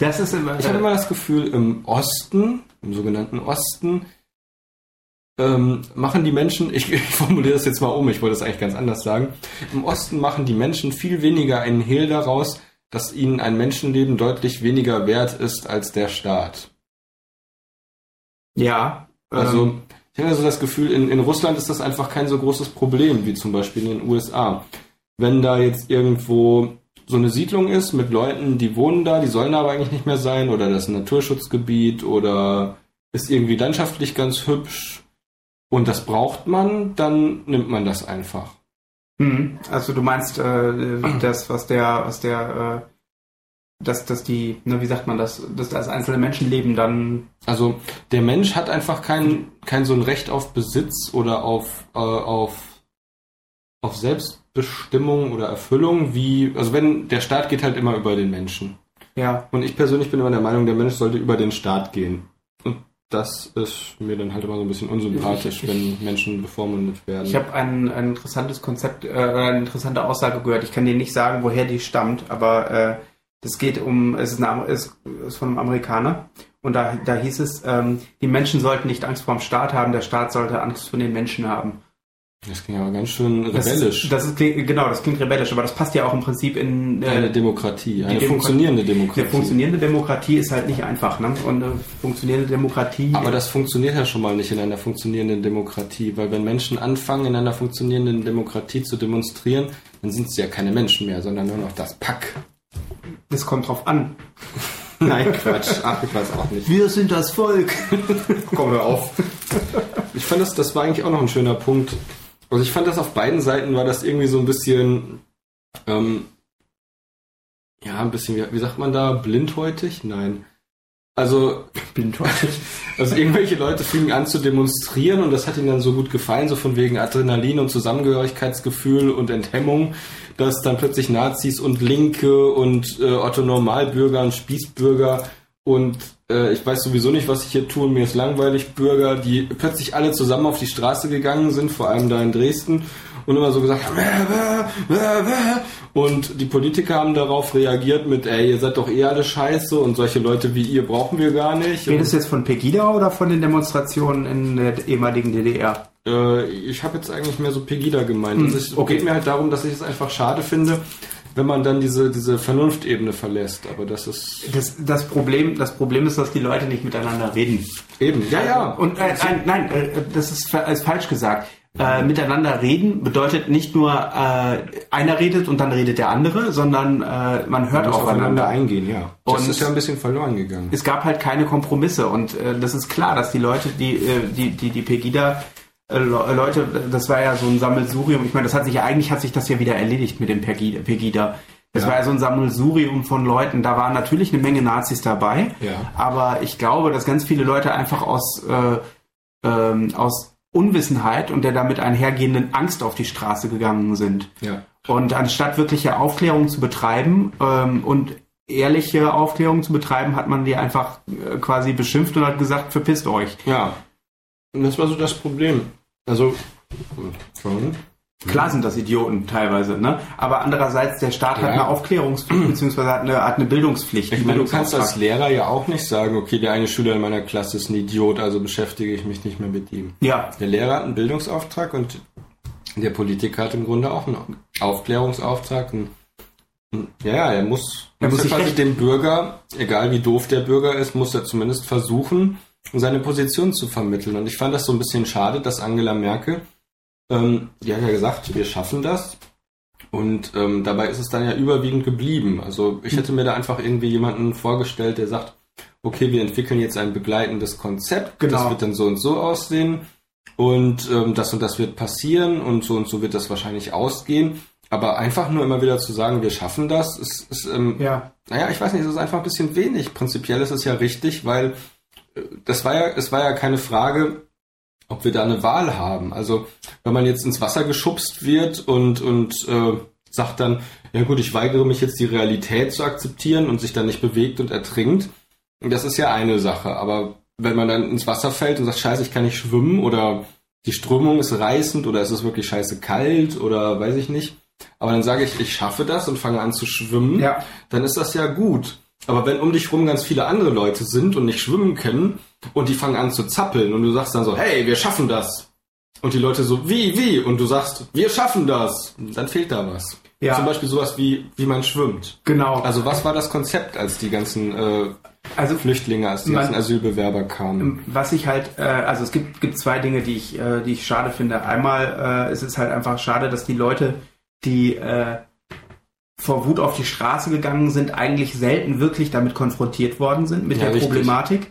das ist immer, Ich hatte immer das Gefühl, im Osten, im sogenannten Osten, ähm, machen die Menschen, ich, [LAUGHS] ich formuliere das jetzt mal um, ich wollte das eigentlich ganz anders sagen, im Osten machen die Menschen viel weniger einen Hehl daraus, dass ihnen ein Menschenleben deutlich weniger wert ist als der Staat. ja Also ähm, ich habe so das Gefühl, in, in Russland ist das einfach kein so großes Problem wie zum Beispiel in den USA. Wenn da jetzt irgendwo so eine Siedlung ist mit Leuten, die wohnen da, die sollen da aber eigentlich nicht mehr sein, oder das ist ein Naturschutzgebiet oder ist irgendwie landschaftlich ganz hübsch und das braucht man, dann nimmt man das einfach. hm, also du meinst äh, das was der was der äh, dass dass die ne, wie sagt man das dass das einzelne Menschenleben dann Also der Mensch hat einfach kein, kein so ein Recht auf Besitz oder auf, äh, auf, auf Selbstbestimmung oder Erfüllung, wie, also wenn der Staat geht halt immer über den Menschen. ja Und ich persönlich bin immer der Meinung, der Mensch sollte über den Staat gehen. Und das ist mir dann halt immer so ein bisschen unsympathisch, Ich- ich- wenn Menschen bevormundet werden. Ich habe ein, ein interessantes Konzept, äh, eine interessante Aussage gehört. Ich kann dir nicht sagen, woher die stammt, aber äh, das geht um, es ist, eine, Amer- es ist von einem Amerikaner und da, da hieß es, ähm, die Menschen sollten nicht Angst vor dem Staat haben, der Staat sollte Angst vor den Menschen haben. das klingt aber ganz schön Das, rebellisch. Das ist, genau, das klingt rebellisch, aber das passt ja auch im Prinzip in äh, eine Demokratie, eine Demokratie- funktionierende Demokratie. eine funktionierende Demokratie ist halt nicht einfach, ne? Und eine funktionierende Demokratie. äh, Aber das funktioniert ja schon mal nicht in einer funktionierenden Demokratie, weil wenn Menschen anfangen, in einer funktionierenden Demokratie zu demonstrieren, dann sind sie ja keine Menschen mehr, sondern nur noch das Pack. das kommt drauf an. [LAUGHS] Nein, Quatsch. Ach, ich weiß auch nicht. Wir sind das Volk. Komm, hör auf. Ich fand das, das war eigentlich auch noch ein schöner Punkt. Also ich fand das auf beiden Seiten war das irgendwie so ein bisschen, ähm, ja, ein bisschen, wie, wie sagt man da, blindhäutig? Nein. Also, blindhäutig. Also irgendwelche Leute fingen an zu demonstrieren und das hat ihnen dann so gut gefallen, so von wegen Adrenalin und Zusammengehörigkeitsgefühl und Enthemmung, dass dann plötzlich Nazis und Linke und äh, Otto Normalbürger und Spießbürger und äh, ich weiß sowieso nicht, was ich hier tue, mir ist langweilig, Bürger, die plötzlich alle zusammen auf die Straße gegangen sind, vor allem da in Dresden, und immer so gesagt, haben, "Wäh, wäh, wäh, wäh." und die Politiker haben darauf reagiert mit, ey, ihr seid doch eh alle scheiße und solche Leute wie ihr brauchen wir gar nicht. Und, Redest du jetzt von Pegida oder von den Demonstrationen in der ehemaligen DDR? äh, ich habe jetzt eigentlich mehr so Pegida gemeint. Hm, Also es okay. geht mir halt darum, dass ich es einfach schade finde, wenn man dann diese, diese Vernunftebene verlässt, aber das ist Das, das, Problem, das Problem ist, dass die Leute nicht miteinander reden. eben, ja, ja. Und äh, nein, nein, äh, das ist, fa- ist falsch gesagt. Äh, miteinander reden bedeutet nicht nur äh, einer redet und dann redet der andere, sondern äh, man hört Man muss aufeinander. eingehen, ja. Das Und- ist ja ein bisschen verloren gegangen. Es gab halt keine Kompromisse und äh, das ist klar, dass die Leute, die äh, die die, die Pegida äh, Le- Leute, das war ja so ein Sammelsurium. Ich meine, das hat sich ja eigentlich hat sich das ja wieder erledigt mit dem Pegida. Pegida. Das Ja. war ja so ein Sammelsurium von Leuten. Da waren natürlich eine Menge Nazis dabei, Ja. aber ich glaube, dass ganz viele Leute einfach aus äh, ähm, aus Unwissenheit und der damit einhergehenden Angst auf die Straße gegangen sind. ja. Und anstatt wirkliche Aufklärung zu betreiben ähm, und ehrliche Aufklärung zu betreiben, hat man die einfach äh, quasi beschimpft und hat gesagt, verpisst euch. Ja. Und das war so das Problem. Also, Cool. Mhm. Klar sind das Idioten teilweise, ne? Aber andererseits, der Staat hat Ja. eine Aufklärungspflicht, beziehungsweise hat eine, hat eine Bildungspflicht. Ich meine, du kannst als das Lehrer ja auch nicht sagen, okay, der eine Schüler in meiner Klasse ist ein Idiot, also beschäftige ich mich nicht mehr mit ihm. Ja, Der Lehrer hat einen Bildungsauftrag und der Politiker hat im Grunde auch einen Aufklärungsauftrag. Einen, einen- ja, ja, er muss, Er muss muss sich ja quasi recht- dem Bürger, egal wie doof der Bürger ist, muss er zumindest versuchen, seine Position zu vermitteln. Und ich fand das so ein bisschen schade, dass Angela Merkel, ähm, die hat ja gesagt, wir schaffen das. Und ähm, dabei ist es dann ja überwiegend geblieben. Also ich hätte mir da einfach irgendwie jemanden vorgestellt, der sagt, okay, wir entwickeln jetzt ein begleitendes Konzept, das Genau. wird dann so und so aussehen und ähm, das und das wird passieren und so und so wird das wahrscheinlich ausgehen. Aber einfach nur immer wieder zu sagen, wir schaffen das, ist, ist ähm, ja. naja, ich weiß nicht, es ist einfach ein bisschen wenig. Prinzipiell ist es ja richtig, weil äh, das war ja, es war ja keine Frage, ob wir da eine Wahl haben. Also wenn man jetzt ins Wasser geschubst wird und und äh, sagt dann, ja gut, ich weigere mich jetzt die Realität zu akzeptieren und sich dann nicht bewegt und ertrinkt, das ist ja eine Sache. Aber wenn man dann ins Wasser fällt und sagt, scheiße, ich kann nicht schwimmen oder die Strömung ist reißend oder es ist wirklich scheiße kalt oder weiß ich nicht. Aber dann sage ich, ich schaffe das und fange an zu schwimmen Ja. dann ist das ja gut. Aber wenn um dich rum ganz viele andere Leute sind und nicht schwimmen können und die fangen an zu zappeln und du sagst dann so, hey, wir schaffen das. Und die Leute so, wie, wie? Und du sagst, wir schaffen das. Dann fehlt da was. Ja. Zum Beispiel sowas wie, wie man schwimmt. Genau. Also, Also was war das Konzept, als die ganzen äh, also Flüchtlinge, als die Man- ganzen Asylbewerber kamen? was ich halt, äh, also es gibt, gibt zwei Dinge, die ich, äh, die ich schade finde. Einmal, äh, es ist halt einfach schade, dass die Leute, die äh, vor Wut auf die Straße gegangen sind, eigentlich selten wirklich damit konfrontiert worden sind, mit Ja, der richtig. Problematik.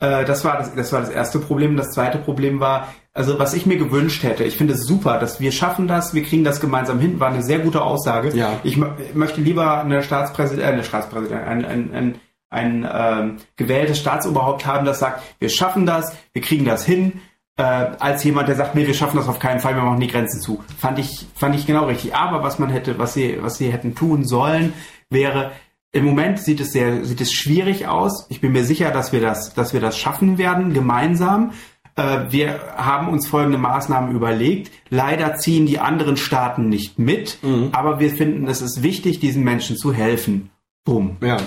Äh, das, war das, das war das erste Problem. Das zweite Problem war, also was ich mir gewünscht hätte, ich finde es super, dass wir schaffen das, wir kriegen das gemeinsam hin, war eine sehr gute Aussage. Ja. Ich mö- möchte lieber eine Staatspräsident, äh, eine Staatspräsident, ein, ein, ein, ein ähm, gewähltes Staatsoberhaupt haben, das sagt, wir schaffen das, wir kriegen das hin, äh, als jemand, der sagt, nee, wir schaffen das auf keinen Fall, wir machen die Grenzen zu. Fand ich, fand ich genau richtig. Aber was man hätte, was sie, was sie hätten tun sollen, wäre, im Moment sieht es sehr, sieht es schwierig aus. Ich bin mir sicher, dass wir das, dass wir das schaffen werden, gemeinsam. Äh, wir haben uns folgende Maßnahmen überlegt. Leider ziehen die anderen Staaten nicht mit, aber wir finden, es ist wichtig, diesen Menschen zu helfen. Bumm. Ja.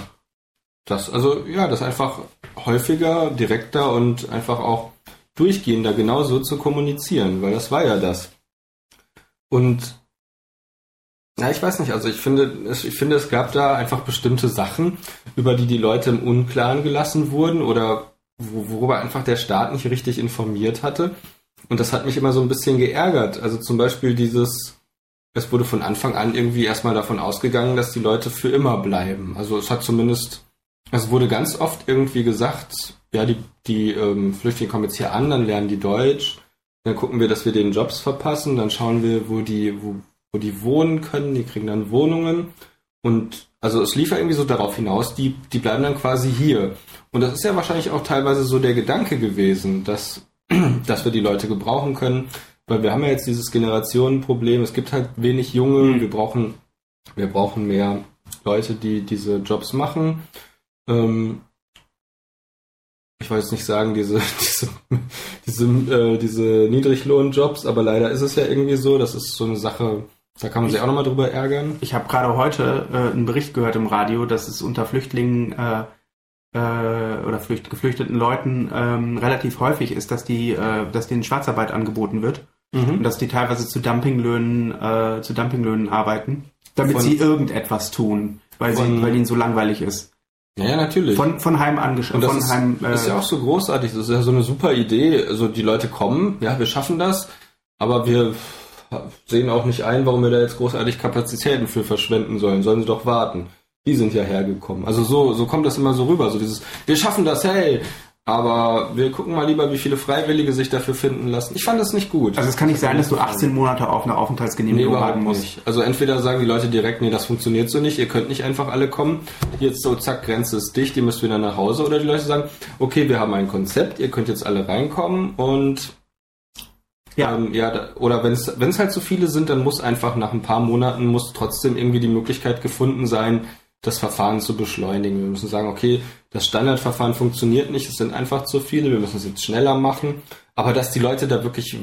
Das, also ja, das einfach häufiger, direkter und einfach auch durchgehender genau so zu kommunizieren, weil das war ja das. Und na, ich weiß nicht, also ich finde, es, ich finde, es gab da einfach bestimmte Sachen, über die die Leute im Unklaren gelassen wurden oder wo, worüber einfach der Staat nicht richtig informiert hatte. Und das hat mich immer so ein bisschen geärgert. Also zum Beispiel dieses, es wurde von Anfang an irgendwie erstmal davon ausgegangen, dass die Leute für immer bleiben. Also es hat zumindest, es wurde ganz oft irgendwie gesagt, ja, die, die ähm, Flüchtlinge kommen jetzt hier an, dann lernen die Deutsch, dann gucken wir, dass wir den Jobs verpassen, dann schauen wir, wo die, wo, wo die wohnen können, die kriegen dann Wohnungen. Und also es lief ja irgendwie so darauf hinaus, die, die bleiben dann quasi hier. Und das ist ja wahrscheinlich auch teilweise so der Gedanke gewesen, dass, [CLEARS THROAT] dass wir die Leute gebrauchen können. Weil wir haben ja jetzt dieses Generationenproblem, es gibt halt wenig Junge, wir brauchen, wir brauchen mehr Leute, die diese Jobs machen. Ähm, ich wollte jetzt nicht sagen, diese, [LAUGHS] diese, diese, äh, diese Niedriglohnjobs, aber leider ist es ja irgendwie so, das ist so eine Sache, da kann man sich auch nochmal drüber ärgern. Ich habe gerade heute äh, einen Bericht gehört im Radio, dass es unter Flüchtlingen äh, äh, oder Flücht geflüchteten Leuten ähm, relativ häufig ist, dass die, äh, dass denen Schwarzarbeit angeboten wird. und dass die teilweise zu Dumpinglöhnen, äh, zu Dumpinglöhnen arbeiten, damit Von- sie irgendetwas tun, weil, Von- sie, weil ihnen so langweilig ist. Ja, ja, natürlich. Von, von Heim Und angeschrieben. das Von ist, Heim, äh, ist ja auch so großartig. Das ist ja so eine super Idee. Also die Leute kommen, ja, wir schaffen das, aber wir sehen auch nicht ein, warum wir da jetzt großartig Kapazitäten für verschwenden sollen. Sollen sie doch warten. Die sind ja hergekommen. Also so, so kommt das immer so rüber. So dieses, wir schaffen das, hey! Aber wir gucken mal lieber, wie viele Freiwillige sich dafür finden lassen. Ich fand das nicht gut. also es kann nicht sein, dass du gefallen. 18 Monate auf eine Nee, Aufenthaltsgenehmigung überhaupt warten musst. nicht. Also entweder sagen die Leute direkt, nee, das funktioniert so nicht, ihr könnt nicht einfach alle kommen, jetzt so zack, Grenze ist dicht, ihr müsst wieder nach Hause, oder die Leute sagen, okay, wir haben ein Konzept, ihr könnt jetzt alle reinkommen und Ja. ähm, ja da, oder wenn es halt zu viele sind, dann muss einfach nach ein paar Monaten muss trotzdem irgendwie die Möglichkeit gefunden sein, das Verfahren zu beschleunigen. Wir müssen sagen, okay, das Standardverfahren funktioniert nicht, es sind einfach zu viele, wir müssen es jetzt schneller machen. Aber dass die Leute da wirklich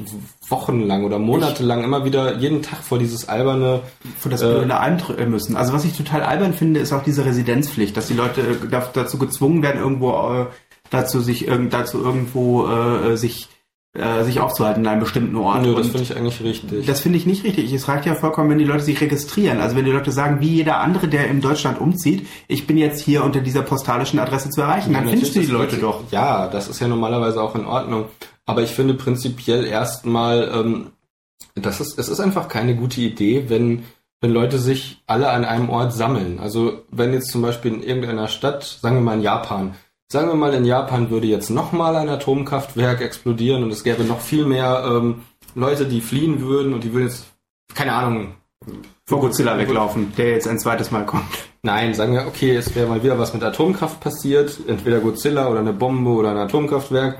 wochenlang oder monatelang immer wieder jeden Tag vor dieses alberne für das Blöde äh, müssen. Also was ich total albern finde, ist auch diese Residenzpflicht, dass die Leute äh, da- dazu gezwungen werden, irgendwo äh, dazu sich irgend dazu irgendwo äh, sich äh, sich aufzuhalten in einem bestimmten Ort. Nö, das Und finde ich eigentlich richtig. das finde ich nicht richtig. Es reicht ja vollkommen, wenn die Leute sich registrieren. Also wenn die Leute sagen, wie jeder andere, der in Deutschland umzieht, ich bin jetzt hier unter dieser postalischen Adresse zu erreichen, dann Natürlich findest du die ist das Leute prinzip- doch. Ja, das ist ja normalerweise auch in Ordnung. Aber ich finde prinzipiell erstmal, ähm, das ist, es ist einfach keine gute Idee, wenn, wenn Leute sich alle an einem Ort sammeln. Also wenn jetzt zum Beispiel in irgendeiner Stadt, sagen wir mal in Japan, sagen wir mal in Japan würde jetzt nochmal ein Atomkraftwerk explodieren und es gäbe noch viel mehr ähm, Leute, die fliehen würden und die würden jetzt, keine Ahnung, Vor Godzilla weglaufen, der jetzt ein zweites Mal kommt. Nein, sagen wir, okay, es wäre mal wieder was mit Atomkraft passiert, entweder Godzilla oder eine Bombe oder ein Atomkraftwerk.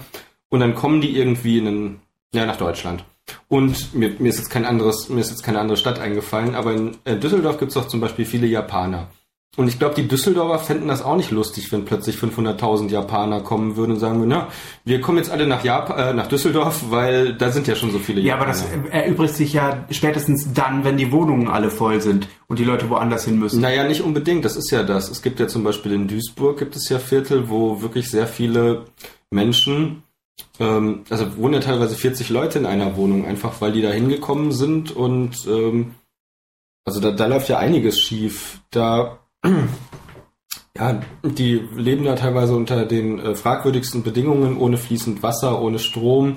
Und dann kommen die irgendwie in einen, ja, nach Deutschland. Und mir, mir ist jetzt kein anderes, mir ist jetzt keine andere Stadt eingefallen, aber in äh, Düsseldorf gibt es doch zum Beispiel viele Japaner. Und ich glaube, die Düsseldorfer fänden das auch nicht lustig, wenn plötzlich 500.000 Japaner kommen würden und sagen würden, na, wir kommen jetzt alle nach Japan, äh, nach Düsseldorf, weil da sind ja schon so viele Ja, aber das erübrigt sich ja spätestens dann, wenn die Wohnungen alle voll sind und die Leute woanders hin müssen. Naja, nicht unbedingt. Das ist ja das. Es gibt ja zum Beispiel in Duisburg gibt es ja Viertel, wo wirklich sehr viele Menschen, ähm, also wohnen ja teilweise 40 Leute in einer Wohnung, einfach weil die da hingekommen sind und ähm, also da, da läuft ja einiges schief. Da [CLEARS THROAT] ja, die leben da teilweise unter den äh, fragwürdigsten Bedingungen, ohne fließend Wasser, ohne Strom,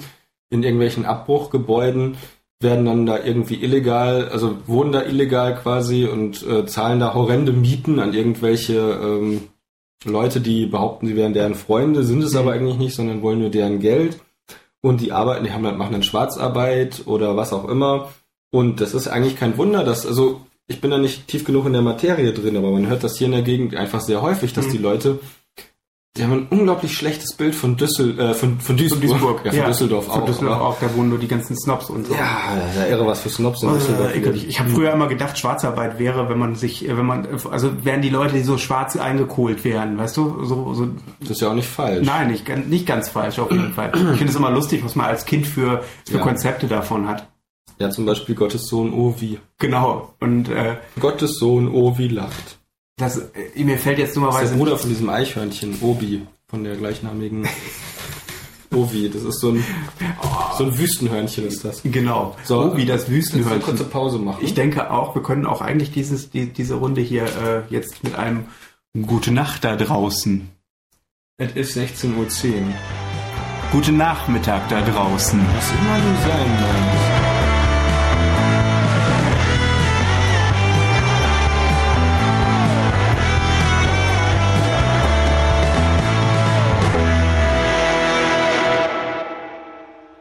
in irgendwelchen Abbruchgebäuden werden dann da irgendwie illegal, also wohnen da illegal quasi und äh, zahlen da horrende Mieten an irgendwelche ähm, Leute, die behaupten, sie wären deren Freunde, sind es aber eigentlich nicht, sondern wollen nur deren Geld. Und die arbeiten, die haben dann, machen dann Schwarzarbeit oder was auch immer. Und das ist eigentlich kein Wunder, dass, also ich bin da nicht tief genug in der Materie drin, aber man hört das hier in der Gegend einfach sehr häufig, dass Mhm. die Leute, die haben ein unglaublich schlechtes Bild von Düssel, äh, von, von Duisburg, ja, von Düsseldorf Von auch. Düsseldorf aber- auch, da wohnen nur die ganzen Snobs und so. Ja, das ist ja irre, was für Snobs in Düsseldorf Äh, leben. ich ich habe früher immer gedacht, Schwarzarbeit wäre, wenn man sich, äh, wenn man, also wären die Leute, die so schwarz eingekohlt wären, weißt du? So, so, Das ist ja auch nicht falsch. nein, nicht, gan- nicht ganz falsch auf jeden Fall. Ich finde es immer lustig, was man als Kind für, für Ja. Konzepte davon hat. Ja, zum Beispiel Gottes Sohn Ovi. Genau. Und äh, Gottes Sohn Ovi lacht. das, äh, mir fällt jetzt Das ist dummerweise der Bruder von diesem Eichhörnchen, Obi, von der gleichnamigen Ovi. Das ist so ein, so ein Wüstenhörnchen ist das. Genau. So, So, wie das Kannst du eine Wüstenhörnchen. kurze Pause machen? Ich denke auch, wir können auch eigentlich dieses, die, diese Runde hier äh, jetzt mit einem Gute Nacht da draußen. es ist 16.10 Uhr. Guten Nachmittag da draußen. Was immer du sein magst.